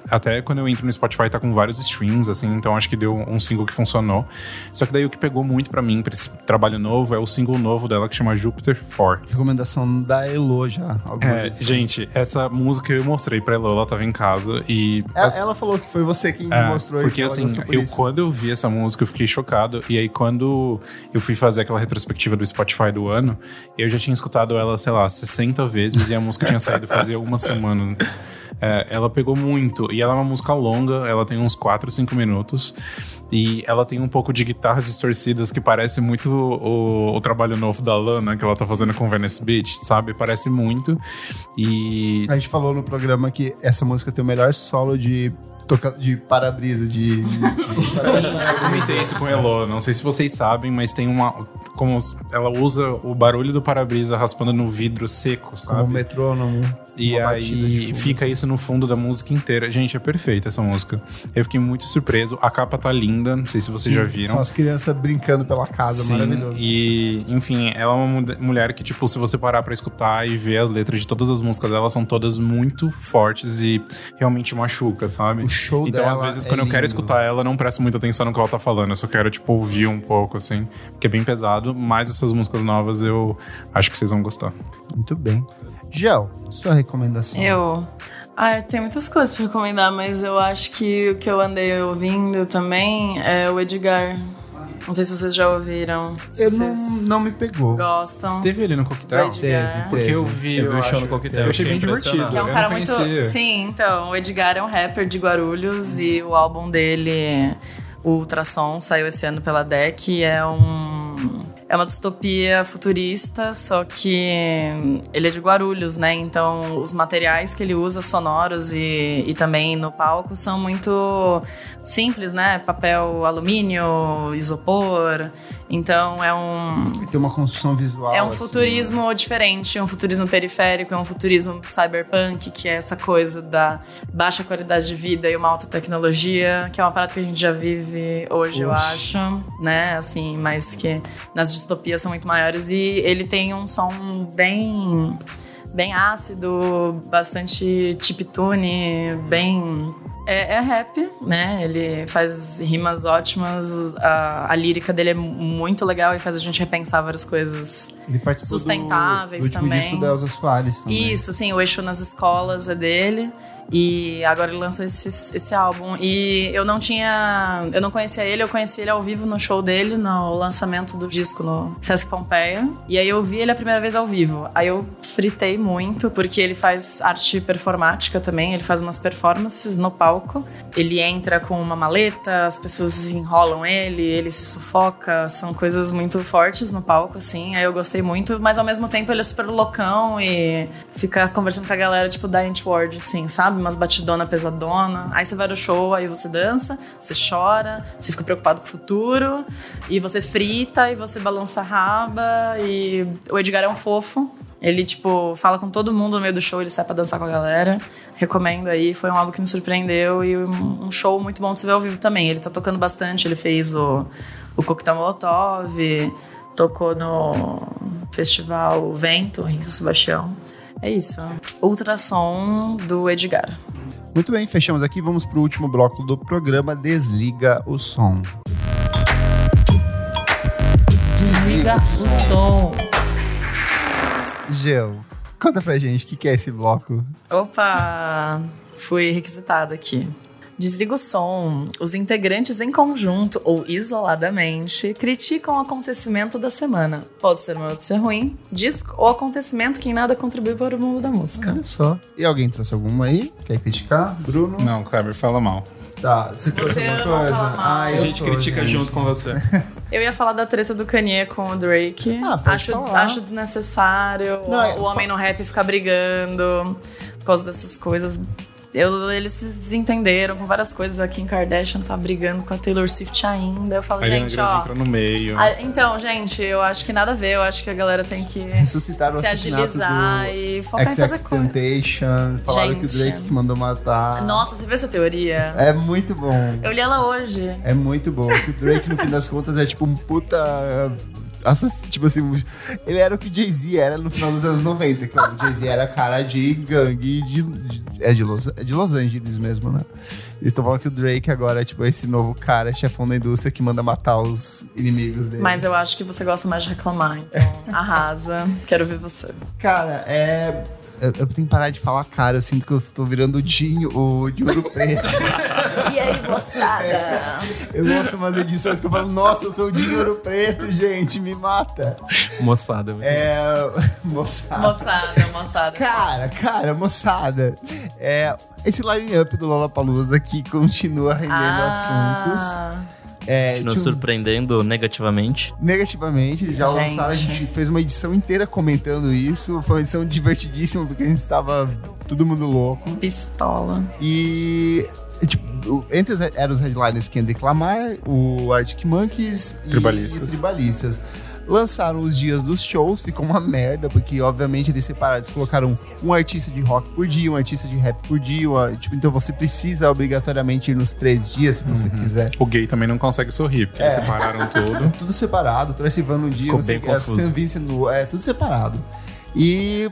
Até quando eu entro no Spotify tá com vários streams, assim, então acho que deu um single que funcionou. Só que daí o que pegou muito pra mim, pra esse trabalho novo, é o single novo dela que chama Jupiter 4. Recomendação da Elo já. algumas É, vezes. gente, essa música eu mostrei pra Elo, ela tava em casa e. Ela, assim, ela falou que foi você quem é, me mostrou Porque e falou, assim, "Olha, sou por eu, isso." quando eu vi essa música, eu fiquei chocado. E aí, quando eu fui fazer aquela retrospectiva do Spotify do ano, eu já tinha escutado ela, sei lá, 60 vezes e a música tinha saído fazia uma semana. É, ela pegou muito. E ela é uma música longa, ela tem uns 4, 5 minutos. E ela tem um pouco de guitarras distorcidas que parece muito o, o trabalho novo da Lana, que ela tá fazendo com Venice Beach, sabe? Parece muito. E A gente falou no programa que essa música tem o melhor solo de, toca... de para-brisa, de. <laughs> Eu comentei isso com o Elo, não sei se vocês sabem, mas tem uma. Como os- ela usa o barulho do para-brisa raspando no vidro seco, como um sabe? metrônomo. E uma batida de aí fundo, fica assim. isso no fundo da música inteira. Gente, é perfeita essa música. Eu fiquei muito surpreso. A capa tá linda, não sei se vocês já viram. São as crianças brincando pela casa, é Sim, maravilhoso. E, enfim, ela é uma mu- mulher que, tipo, se você parar pra escutar e ver as letras de todas as músicas dela, são todas muito fortes e realmente machuca, sabe? O show Então, dela às vezes, é quando eu quero lindo. escutar ela, eu não presto muita atenção no que ela tá falando. Eu só quero, tipo, ouvir um pouco, assim. Porque é bem pesado. Mas essas músicas novas eu acho que vocês vão gostar. Muito bem. Gel, sua recomendação. Eu. Ah, eu tenho muitas coisas pra recomendar, mas eu acho que o que eu andei ouvindo também é o Edgar. Não sei se vocês já ouviram. Se Eu não, vocês não me pegou. gostam. Teve ele no do coquetel? Edgar. Teve, Porque teve. eu vi. Eu vi o show acho. no coquetel. Eu achei bem fiquei divertido. impressionado. Que é Eu um não cara muito. conhecia. Sim, então, o Edgar é um rapper de Guarulhos e o álbum dele, o Ultrassom, saiu esse ano pela DEC e é um. É uma distopia futurista, só que ele é de Guarulhos, né? Então, os materiais que ele usa, sonoros e, e também no palco, são muito simples, né? Papel alumínio, isopor. Então, é um, Tem uma construção visual. é um assim, futurismo diferente, é um futurismo periférico, é um futurismo cyberpunk, que é essa coisa da baixa qualidade de vida e uma alta tecnologia, que é uma parada que a gente já vive hoje, eu Oxe. acho, né? Assim, mas que nas distopias são muito maiores. E ele tem um som bem bem ácido, bastante chiptune, bem É, é rap, né? Ele faz rimas ótimas, a, a lírica dele é muito legal e faz a gente repensar várias coisas. né? Ele participou do- Sustentáveis do, último também. disco da Elza Soares também. Isso, sim, o Eixo nas escolas é dele. E agora ele lançou esse, esse álbum. E eu não tinha. Eu não conhecia ele, eu conheci ele ao vivo no show dele, no lançamento do disco no Sesc Pompeia. E aí eu vi ele a primeira vez ao vivo. Aí eu fritei muito, porque ele faz arte performática também, ele faz umas performances no palco. Ele entra com uma maleta, as pessoas enrolam ele, ele se sufoca, são coisas muito fortes no palco, assim. Aí eu gostei muito, mas ao mesmo tempo ele é super loucão e fica conversando com a galera, tipo, da Ward, assim, sabe? Umas batidona pesadona. Aí você vai no show, aí você dança, você chora, você fica preocupado com o futuro, e você frita, e você balança a raba, e o Edgar é um fofo. Ele, tipo, fala com todo mundo no meio do show, ele sai pra dançar com a galera. Recomendo aí, foi um álbum que me surpreendeu e um um show muito bom de se ver ao vivo também. Ele tá tocando bastante, ele fez o, o Coquetel Molotov, tocou no festival Vento, em São Sebastião. É isso. Ultrassom do Edgar. Muito bem, fechamos aqui. Vamos pro último bloco do programa. Desliga o som. Desliga o som. Gel, conta pra gente o que, que é esse bloco. Opa! Fui requisitada aqui. Desliga o som. Os integrantes em conjunto ou isoladamente criticam o acontecimento da semana. Pode ser uma notícia ruim, disco ou acontecimento que em nada contribui para o mundo da música. Olha só. E alguém trouxe alguma aí? Quer criticar? Bruno? Não, Kleber, fala mal. Tá, você trouxe Você alguma ama coisa? falar mal. Ah, eu A gente tô, critica gente. junto com você. Eu ia falar da treta do Kanye com o Drake. Ah, pode acho, falar. acho desnecessário. Não, é- o homem no rap ficar brigando por causa dessas coisas. Eu- eles se desentenderam com várias coisas. A Kim Kardashian tá brigando com a Taylor Swift ainda. Eu falo, A Ariana gente, Grande ó. entrou no meio. Ah, então, gente, eu acho que nada a ver. Eu acho que a galera tem que Ressuscitaram se o é assassinato agilizar do e focar em fazer coisa. Temptation. Falaram que o Gente. Drake que mandou matar. Nossa, você viu essa teoria? É muito bom. Eu li ela hoje. É muito bom. Que o Drake, no fim das contas, é tipo um puta. Assassino, tipo assim, um- ele era o que Jay-Z era no final dos anos 90. Que ó, o Jay-Z era cara de gangue de, de- é, de Los, é de Los Angeles mesmo, né? Eles estão falando que o Drake agora é tipo esse novo cara, chefão da indústria, que manda matar os inimigos dele. Mas eu acho que você gosta mais de reclamar, É. então arrasa. Quero ver você. Cara, é. Eu, eu tenho que parar de falar, cara. Eu sinto que eu tô virando o Dinho, o de ouro preto. E aí, moçada? Eu ouço umas edições que eu falo, nossa, eu sou o Dinho Ouro Preto, gente, me mata. Moçada. É. Moçada. Moçada, moçada. Cara, cara, moçada. É. Esse line-up do Lollapalooza que continua rendendo Ah. assuntos. É, Que nos tinha um- <laughs> surpreendendo negativamente. negativamente, eles já Gente. lançaram, a gente fez uma edição inteira comentando isso. Foi uma edição divertidíssima, porque a gente tava todo mundo louco. Pistola. E tipo, o- entre os, he- eram os headliners Kendrick Lamar, o Arctic Monkeys e- Tribalistas. e o Tribalistas. Lançaram os dias dos shows, ficou uma merda, porque obviamente eles separaram, eles colocaram um artista de rock por dia, um artista de rap por dia, uma- tipo, então você precisa obrigatoriamente ir nos três dias, se você quiser. O gay também não consegue sorrir, porque eles É. separaram <laughs> tudo. Tudo separado, Tracy Van no dia, Ficou não sei o bem que, a confuso. San Vincent no, é, tudo separado. E,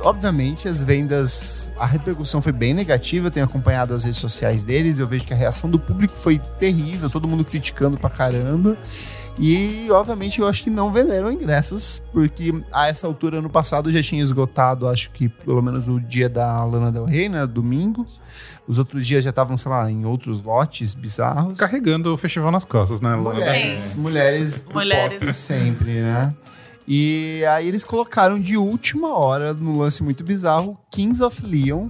obviamente, as vendas, a repercussão foi bem negativa, eu tenho acompanhado as redes sociais deles, eu vejo que a reação do público foi terrível, todo mundo criticando pra caramba. E, obviamente, eu acho que não venderam ingressos, porque a essa altura, ano passado, já tinha esgotado, acho que pelo menos o dia da Lana Del Rey, né, domingo. Os outros dias já estavam, sei lá, em outros lotes bizarros. Carregando o festival nas costas, né, Lana? Mulheres, mulheres, do Mulheres. pop sempre, né? E aí eles colocaram de última hora, num lance muito bizarro, Kings of Leon,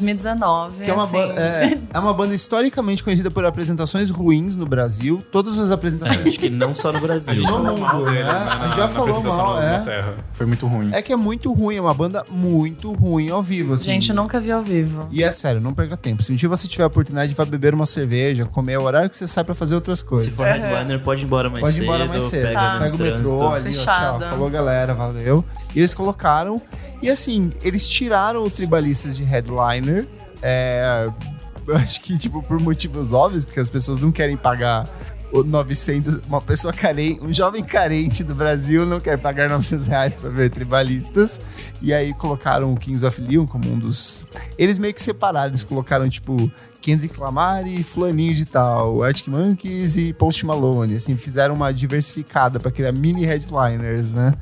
2019. que é uma, assim, ba- é, é uma banda historicamente conhecida por apresentações ruins no Brasil. Todas as apresentações Acho que não só no A Brasil. gente No falou mal mundo, deles, né? né? A Na, gente já na falou apresentação mal, na é. Inglaterra. Foi muito ruim. É que é muito ruim, é uma banda muito ruim ao vivo, assim. Gente, eu nunca vi ao vivo. E é sério, não perca tempo. Se um dia você tiver a oportunidade, vai beber uma cerveja, comer, é o horário que você sai pra fazer outras coisas. Se for headliner, pode ir embora mais Pode ir cedo. embora mais cedo. Pega, Tá. nos Pega o metrô trânsito. ali, ó, tchau. Fechada. Falou, galera, valeu. E eles colocaram. E assim, eles tiraram o Tribalistas de headliner. É, <laughs> eu acho que, tipo, por motivos óbvios, porque as pessoas não querem pagar o 900. Uma pessoa carente, um jovem carente do Brasil não quer pagar 900 reais pra ver Tribalistas. E aí colocaram o Kings of Leon como um dos. Eles meio que separaram, eles colocaram, tipo, Kendrick Lamar e fulaninho de tal, Arctic Monkeys e Post Malone, assim, fizeram uma diversificada para criar mini headliners, né?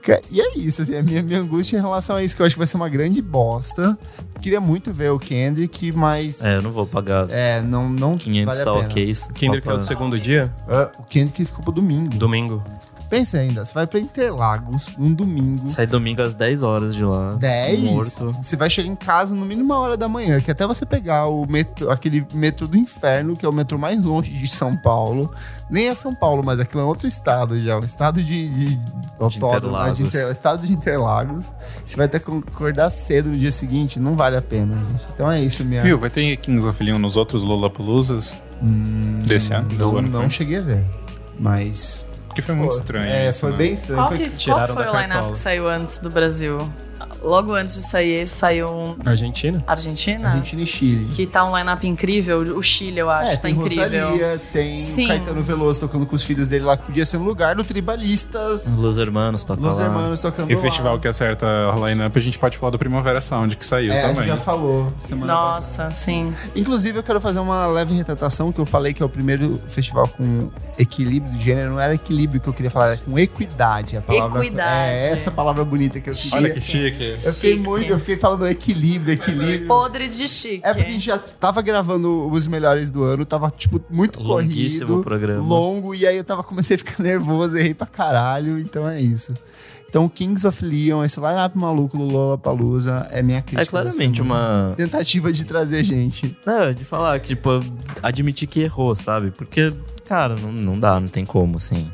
Ca- E é isso, assim, a minha, minha angústia em relação a isso, que eu acho que vai ser uma grande bosta. Queria muito ver o Kendrick, mas... É, eu não vou tá pagar É, não, não 500 vale a tal pena. case. só Kinder que é pra- o segundo dia? Ah, o Kendrick ficou pro domingo. Domingo. Pensa ainda, você vai pra Interlagos num domingo, Sai domingo às 10 horas de lá. 10, Morto. você vai chegar em casa no mínimo uma hora da manhã, que é até você pegar o metrô, aquele metrô do inferno, que é o metrô mais longe de São Paulo. Nem é São Paulo, mas aquilo é outro estado já, um estado de, de, autódromo, né, de Interlagos. Inter- estado de Interlagos. Você vai ter que acordar cedo no dia seguinte, não vale a pena, gente. Então é isso, minha... Viu, vai ter Kings of Leon nos outros Lollapaloozas Hum, desse ano? do Não, ano não que cheguei a ver, mas... vem? Porque é né? foi muito Pô, estranho. É, isso, foi né? bem estranho. Qual foi- que, qual tiraram que foi da o line-up cartola. que saiu antes do Brasil? Logo antes de sair esse, saiu um Argentina? Argentina, Argentina e Chile. que tá um line-up incrível. O Chile, eu acho, É, tá tem incrível. Rosalia, tem Sim. Caetano Veloso tocando com os filhos dele lá, que podia ser no lugar do Tribalistas, Los Hermanos toca Los lá. Hermanos tocando Hum, tá E o lá. festival que acerta a lineup, a gente pode falar do Primavera Sound, que saiu É, a gente também. já falou semana passada. Nossa, sim. Inclusive, eu quero fazer uma leve retratação, que eu falei que é o primeiro festival com equilíbrio de gênero. Não era equilíbrio que eu queria falar, era com equidade. A palavra, Equidade. É essa palavra bonita que eu queria. Olha que chique. eu fiquei chique. muito, eu fiquei falando equilíbrio, equilíbrio. Podre de chique. É porque a gente já tava gravando os melhores do ano, tava, tipo, muito Longuíssimo corrido, o programa. longo, e aí eu tava, comecei a ficar nervoso, errei pra caralho, então é isso. Então, Kings of Leon, esse line-up maluco do Lollapalooza é minha crítica. É claramente dessa semana. uma. Tentativa de trazer gente. Não, de falar, que, tipo, admitir que errou, sabe? Porque, cara, não, não dá, não tem como, assim.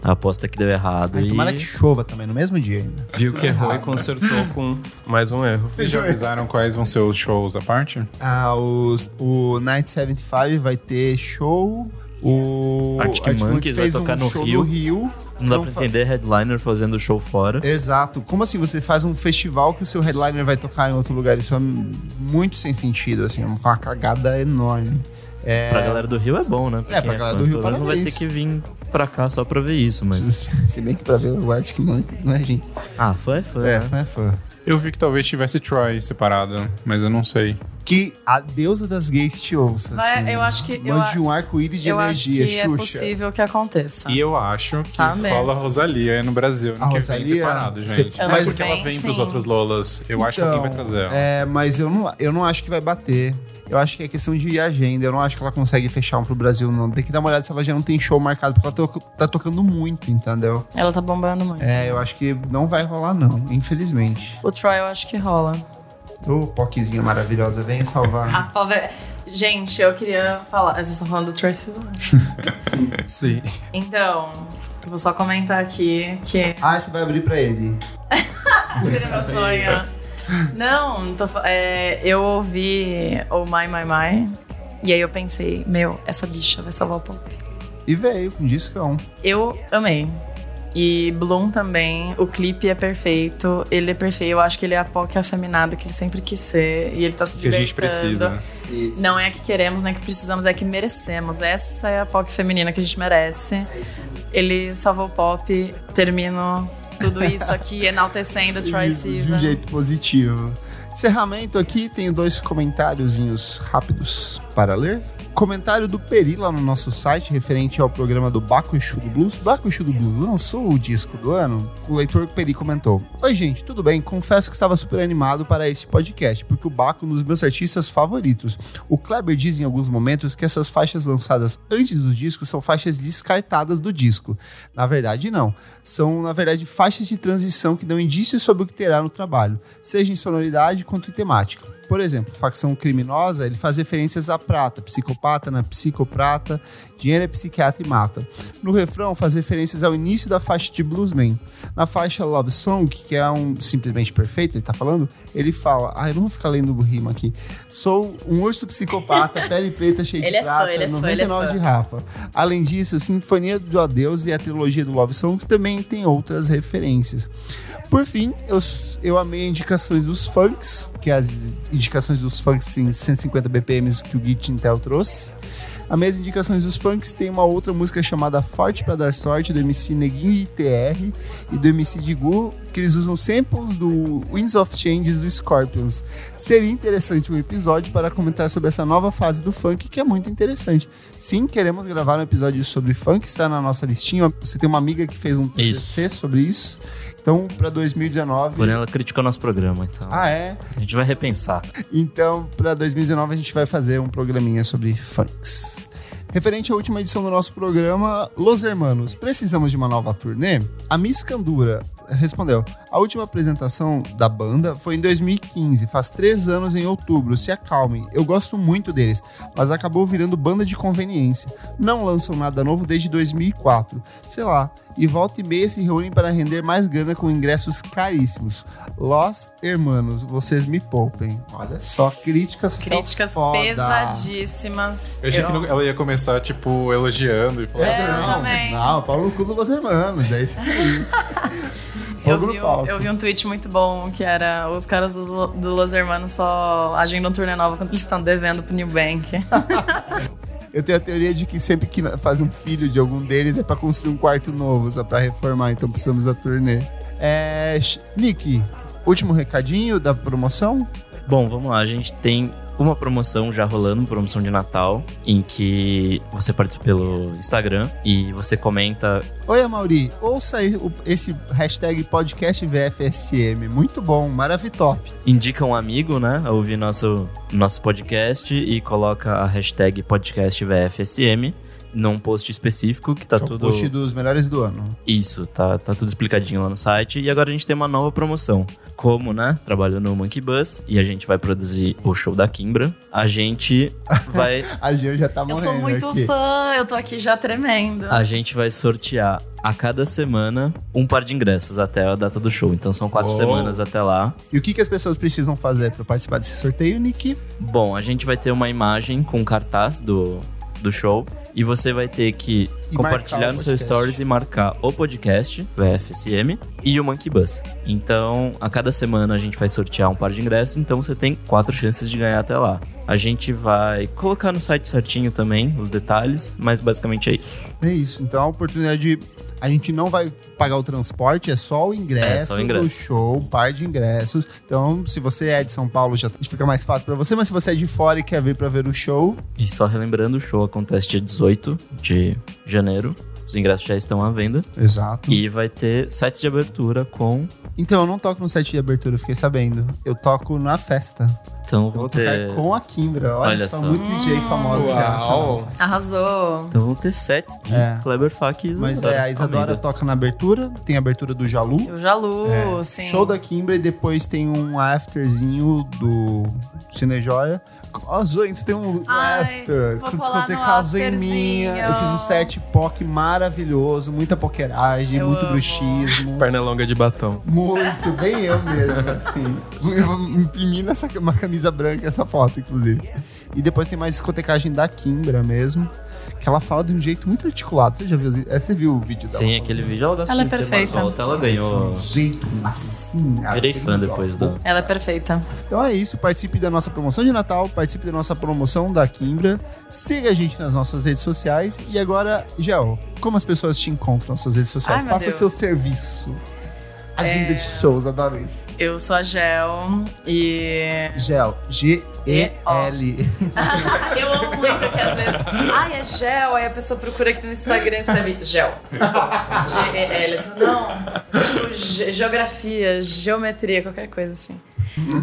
A aposta que deu errado. Aí, e... tomara que chova também, no mesmo dia ainda. Viu que errou e consertou com mais um erro. Vocês já avisaram quais vão ser os shows à parte? Ah, os, o Night 75 vai ter show... O Arctic Monkeys vai fez tocar um no show Rio. no Rio. Não dá Não pra fa- entender headliner fazendo show fora. Exato. Como assim você faz um festival que o seu headliner vai tocar em outro lugar? Isso é muito sem sentido, assim, é uma cagada enorme. <laughs> Pra galera do Rio é bom, né? É, quem pra galera fã. do Rio, Pelo menos não vai ter parabéns. que vir pra cá só pra ver <laughs> isso, mas. Se bem que pra ver o Arctic Monkeys, né, gente? Ah, fã é fã. É, né? fã é fã. Eu vi que talvez tivesse Troy separado, mas eu não sei. Que a deusa das gays te ouça, Vai, assim. eu acho que- eu Mande a- um arco-íris de eu energia, acho que é Xuxa. possível que aconteça. E eu acho que Sabe? rola Rosalia no Brasil, A ano que Rosalia? vem separado, gente. Você- Não Mas- é porque ela Vem, vem pros sim. outros Lolas. Eu acho que Então, alguém vai trazer ela. É, mas eu não, eu não acho que vai bater. Eu acho que é questão de agenda. Eu não acho que ela consegue fechar um pro Brasil, não. Tem que dar uma olhada se ela já não tem show marcado, porque ela to- tá tocando muito, entendeu? Ela tá bombando muito. É, eu acho que não vai rolar, não, infelizmente. O Troy eu acho que rola. Ô, Poquezinha maravilhosa, venha salvar. Ah, talvez- Gente, eu queria falar. Vocês estão falando do Troy Sivan. Sim. Então, eu vou só comentar aqui <laughs> que Ah, você vai abrir pra ele. Seria meu sonho. Não, tô fa- é, eu ouvi o My My My e aí eu pensei, meu, essa bicha vai salvar o pop. E veio com discão. Eu amei. E Bloom também, o clipe é perfeito, ele é perfeito, eu acho que ele é a pop afeminada que ele sempre quis ser e ele tá se que a divertindo. gente precisa. Isso. Não é a que queremos, nem a que precisamos, é a que merecemos. Essa é a POC feminina que a gente merece. Ele salvou o pop. Termino <laughs> tudo isso aqui enaltecendo Troy Isso, de Sivan. um jeito positivo. Encerramento aqui, tenho dois comentáriozinhos rápidos para ler. Comentário do Peri lá no nosso site, referente ao programa do Baco Exu do Blues. Baco Exu do Blues lançou o disco do ano. O leitor Peri comentou: Oi, gente, tudo bem? Confesso que estava super animado para esse podcast, porque o Baco é um dos meus artistas favoritos. O Kleber diz em alguns momentos que essas faixas lançadas antes dos discos são faixas descartadas do disco. Na verdade, não são, na verdade, faixas de transição que dão indícios sobre o que terá no trabalho, seja em sonoridade quanto em temática. Por exemplo, facção criminosa, ele faz referências à prata, psicopata na psicoprata, dinheiro é psiquiatra e mata. No refrão, faz referências ao início da faixa de Bluesman. Na faixa Love Song, que é um simplesmente perfeito, ele tá falando, ele fala, ah, eu não vou ficar lendo o rima aqui, sou um urso psicopata, <laughs> pele preta cheia Ele de é fã, prata, ele é fã, 99 ele é de fã. Rafa. Além disso, Sinfonia do Adeus e a trilogia do Love Songs também tem outras referências. Por fim, eu, eu amei indicações dos funks, que é as indicações dos funks em 150 BPMs que o Git Intel trouxe. As minhas indicações dos funks tem uma outra música chamada Forte Pra Dar Sorte, do MC Neguinho ITR e do MC Digu, que eles usam samples do Winds of Changes do Scorpions. Seria interessante um episódio para comentar sobre essa nova fase do funk, que é muito interessante. Sim, queremos gravar um episódio sobre funk, está na nossa listinha. Você tem uma amiga que fez um TCC sobre isso. Então, para 2019... Porém, ela criticou nosso programa, então. Ah, é? A gente vai repensar. Então, para 2019, a gente vai fazer um programinha sobre funks. Referente à última edição do nosso programa, Los Hermanos, precisamos de uma nova turnê? A Miss Candura respondeu: A última apresentação da banda foi em 2015, faz três anos em outubro. Se acalmem, eu gosto muito deles, mas acabou virando banda de conveniência. Não lançam nada novo desde 2004, sei lá. E volta e meia se reúnem para render mais grana com ingressos caríssimos. Los Hermanos, vocês me poupem. Olha só, críticas social Críticas foda. pesadíssimas. Eu achei que Eu- não- ela ia começar, tipo, elogiando e falando. É, eu Não, também. não, pau no cu do Los Hermanos, é isso <laughs> aí. Eu Fogo no vi, um- pau. eu vi um tweet muito bom que era os caras do, Lo- do Los Hermanos só agendam turnê nova quando eles estão devendo pro New <laughs> Bank. Eu tenho a teoria de que sempre que faz um filho de algum deles é pra construir um quarto novo, só pra reformar, então precisamos da turnê. É, Sh- Nick, último recadinho da promoção? Bom, vamos lá. A gente tem uma promoção já rolando, uma promoção de Natal, em que você participa pelo Instagram e você comenta. Oi, Amauri, ouça aí o- esse hashtag podcast VFSM. Muito bom, maravitop. Indica um amigo, né? A ouvir nosso, nosso podcast e coloca a hashtag podcast VFSM num post específico que tá Que é o tudo. post dos melhores do ano. Isso, tá, tá tudo explicadinho lá no site. E agora a gente tem uma nova promoção. Como, né? Trabalho no Monkey Bus e a gente vai produzir o show da Kimbra. <laughs> A gente vai. A Gil já tá Eu morrendo sou muito aqui. Ah. fã, eu tô aqui já tremendo. A gente vai sortear a cada semana um par de ingressos até a data do show. Então são quatro Uou. semanas até lá. E o que, que as pessoas precisam fazer pra participar desse sorteio, Nick? Bom, a gente vai ter uma imagem com cartaz do, do show. E você vai ter que E marcar compartilhar o no seu podcast. stories e marcar o podcast, o FSM, e o Monkey Bus. Então, a cada semana a gente vai sortear um par de ingressos, então você tem quatro chances de ganhar até lá. A gente vai colocar no site certinho também os detalhes, mas basicamente é isso. É isso. Então a oportunidade. A gente não vai pagar o transporte, é só o ingresso, É, só o ingresso. do show, um par de ingressos. Então, se você é de São Paulo, já fica mais fácil pra você, mas se você é de fora e quer vir pra ver o show, E só relembrando, o show acontece dia 18 de janeiro. Os ingressos já estão à venda. exato. E vai ter sites de abertura com. Então, eu não toco no set de abertura, eu fiquei sabendo. Eu toco na festa. Então Eu vou vão tocar ter. com a Kimbra. Olha, Olha só, só. muito DJ famosa internacional. Uau! Arrasou. Então vão ter sets de É. Kleber Fak e Mas é, a Isadora Almeida. toca na abertura, tem a abertura do Jalu. Eu já lu, É. sim. Show da Kimbra e depois tem um afterzinho do Cinejoia. Ó, gente, tem um Ai, after. vou Com colar no discoteca Casa em afterzinho. minha. Eu fiz um set POC maravilhoso, muita pokeragem, Eu muito amo. bruxismo. Perna longa de batom. Muito, bem eu mesmo, assim. Eu vou imprimir nessa uma camisa branca essa foto, inclusive. E depois tem mais discotecagem da Kimbra mesmo. Que ela fala de um jeito muito articulado. Você já viu? os- é, Você viu o vídeo dela? Sim, aquele vídeo. Ela gastou Ela é um tema perfeita. solto, Ela ganhou. Um jeito assim. Virei aquele fã depois negócio. do. Ela é perfeita. Então é isso, participe da nossa promoção de Natal, participe da nossa promoção da Kimbra, siga a gente nas nossas redes sociais e agora, Gel, como as pessoas te encontram nas suas redes sociais? Ai, meu Faça Deus. É. seu serviço. Agenda de shows, adoro isso. Eu sou a Gel e. Gel, G-E-L. Ah, eu amo muito que às vezes. Ai, é gel. Aí a pessoa procura aqui no Instagram e escreve gel. G-E-L. Assim, não. Tipo, ge- geografia, geometria, qualquer coisa assim.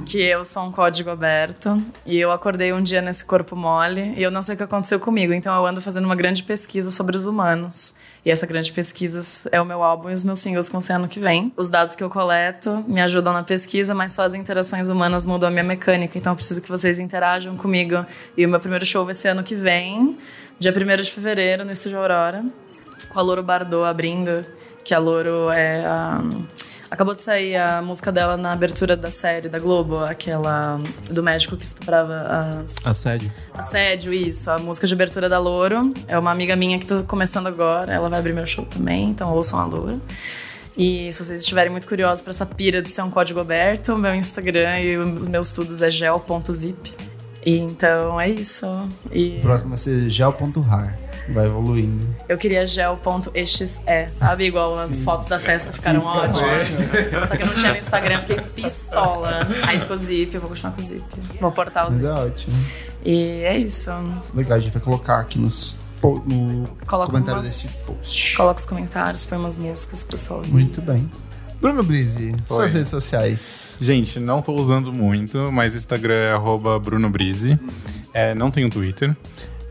Que eu sou um código aberto e eu acordei um dia nesse corpo mole e eu não sei o que aconteceu comigo, então eu ando fazendo uma grande pesquisa sobre os humanos. E essa grande pesquisa é o meu álbum e os meus singles que vão ser ano que vem. Os dados que eu coleto me ajudam na pesquisa, mas só as interações humanas mudam a minha mecânica, então eu preciso que vocês interajam comigo. E o meu primeiro show vai ser ano que vem, dia 1 de fevereiro, no Estúdio Aurora, com a Louro Bardot abrindo, que a Louro é a. Acabou de sair a música dela na abertura da série da Globo, aquela do médico que estuprava as... Assédio. Assédio, isso. A música de abertura da Louro. É uma amiga minha que tá começando agora. Ela vai abrir meu show também, então ouçam a Louro. E se vocês estiverem muito curiosos pra essa pira de ser um código aberto, meu Instagram e os meus estudos é gel.zip. E então é isso. E O próximo vai ser gel.rar. Vai evoluindo. eu queria gel.exe, é, sabe? Igual as fotos da festa ficaram ótimas. Só que eu não tinha no Instagram, fiquei pistola. Aí ficou zip, eu vou continuar com o zip. Vou portar o Mas zip. é ótimo. E é isso. Legal, a gente vai colocar aqui nos, po- no Coloca, comentário umas, desse post. coloca os comentários, põe umas músicas pro pessoal. ouvir. Muito bem. Bruno Brise, suas Oi. redes sociais. Gente, não tô usando muito, mas Instagram é arroba Bruno Brise. É, não tenho Twitter.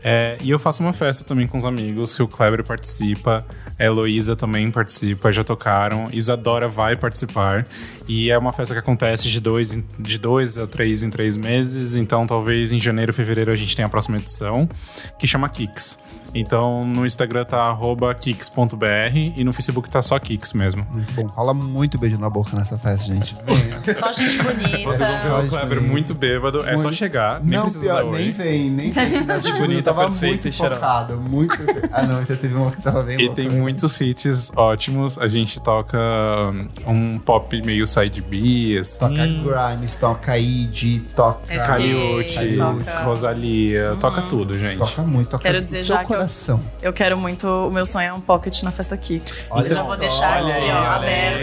É, e eu faço uma festa também com os amigos, que o Kleber participa, a Heloísa também participa, já tocaram, Isadora vai participar. E é uma festa que acontece de dois, em- de dois a três em três meses, então talvez em janeiro, fevereiro a gente tenha a próxima edição, que chama Kicks. Então no Instagram tá arroba kicks.br e no Facebook tá só Kicks mesmo. Muito bom. Rola muito beijo na boca nessa festa, gente. Só gente Vocês vão bonita. ver o Kleber muito bêbado. É só Muito. chegar, nem Não, precisa pior, dar oi. nem vem, <laughs> nem vem. Mas, tipo, eu bonita, tava perfeita muito e cheirosa. focado, muito perfeito. Ah, não, já teve uma que tava bem E louca, tem né? muitos hits ótimos. A gente toca um um pop meio side B, assim. Toca Hum. Grimes, toca Id, toca... É, Cariútes, Toca. Rosalia, Uhum. toca tudo, gente. Toca muito, toca Quero o dizer seu já que eu- coração. Eu quero muito. O meu sonho é um pocket na festa Kicks. Olha eu já só, vou deixar olha aqui, aí, ó, olha aí.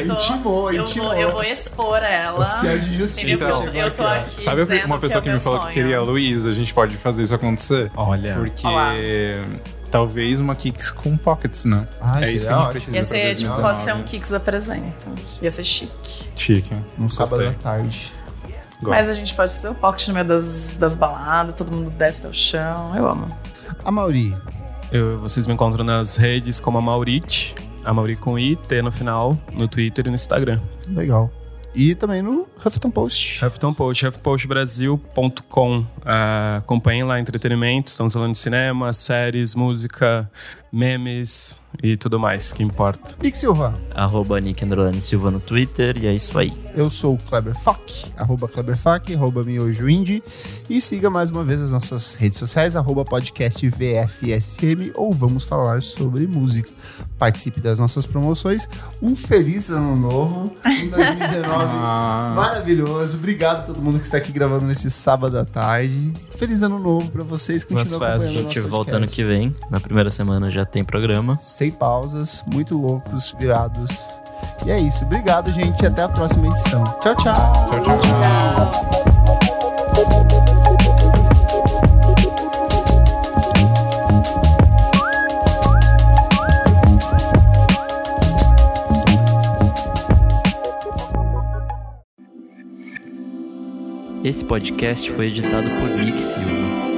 aberto. Intimou, eu, intimou. vou, eu vou expor ela. Oficial de Entendeu? Então, justiça. Porque Ah, eu, eu tô aqui. Sabe dizendo uma pessoa que, é o me meu falou sonho. que queria a Luísa? A gente pode fazer isso acontecer? Olha. Porque Olá. talvez uma Kicks com pockets, né? Ai, é isso seria que a gente ótimo. precisa. Ia pra ser, tipo, 2019. pode ser um Kicks apresenta. Ia ser chique. Chique. Num sábado à Gostei. tarde. Mas a gente pode fazer o pocket no meio das, das baladas, todo mundo desce do chão. Eu amo. A Mauri, Eu- vocês me encontram nas redes como a Maurit, a Mauri com I, T no final, no Twitter e no Instagram. legal. E também no Huffington Post. Huffington Post, huffpostbrasil.com. Ah, acompanhem lá entretenimento, estamos falando de cinema, séries, música, memes e tudo mais que importa. Nick Silva, Arroba Nick Underline Silva no Twitter. E é isso aí. eu sou o Kleber Fak, arroba Kleber Fak, arroba Miojo Indie. E siga mais uma vez as nossas redes sociais, arroba podcast VFSM, ou vamos falar sobre música. Participe das nossas promoções. Um feliz ano novo, um 2019 <laughs> Ah, maravilhoso. Obrigado a todo mundo que está aqui gravando nesse sábado à tarde. Feliz ano novo para vocês. Continua Boas festas. acompanhando A gente nosso volta ano podcast. que vem. Na primeira semana já tem programa. sem pausas, muito loucos, virados. E é isso. Obrigado, gente. Até a próxima edição. Tchau, tchau. tchau, tchau. tchau. Esse podcast foi editado por Nick Silva.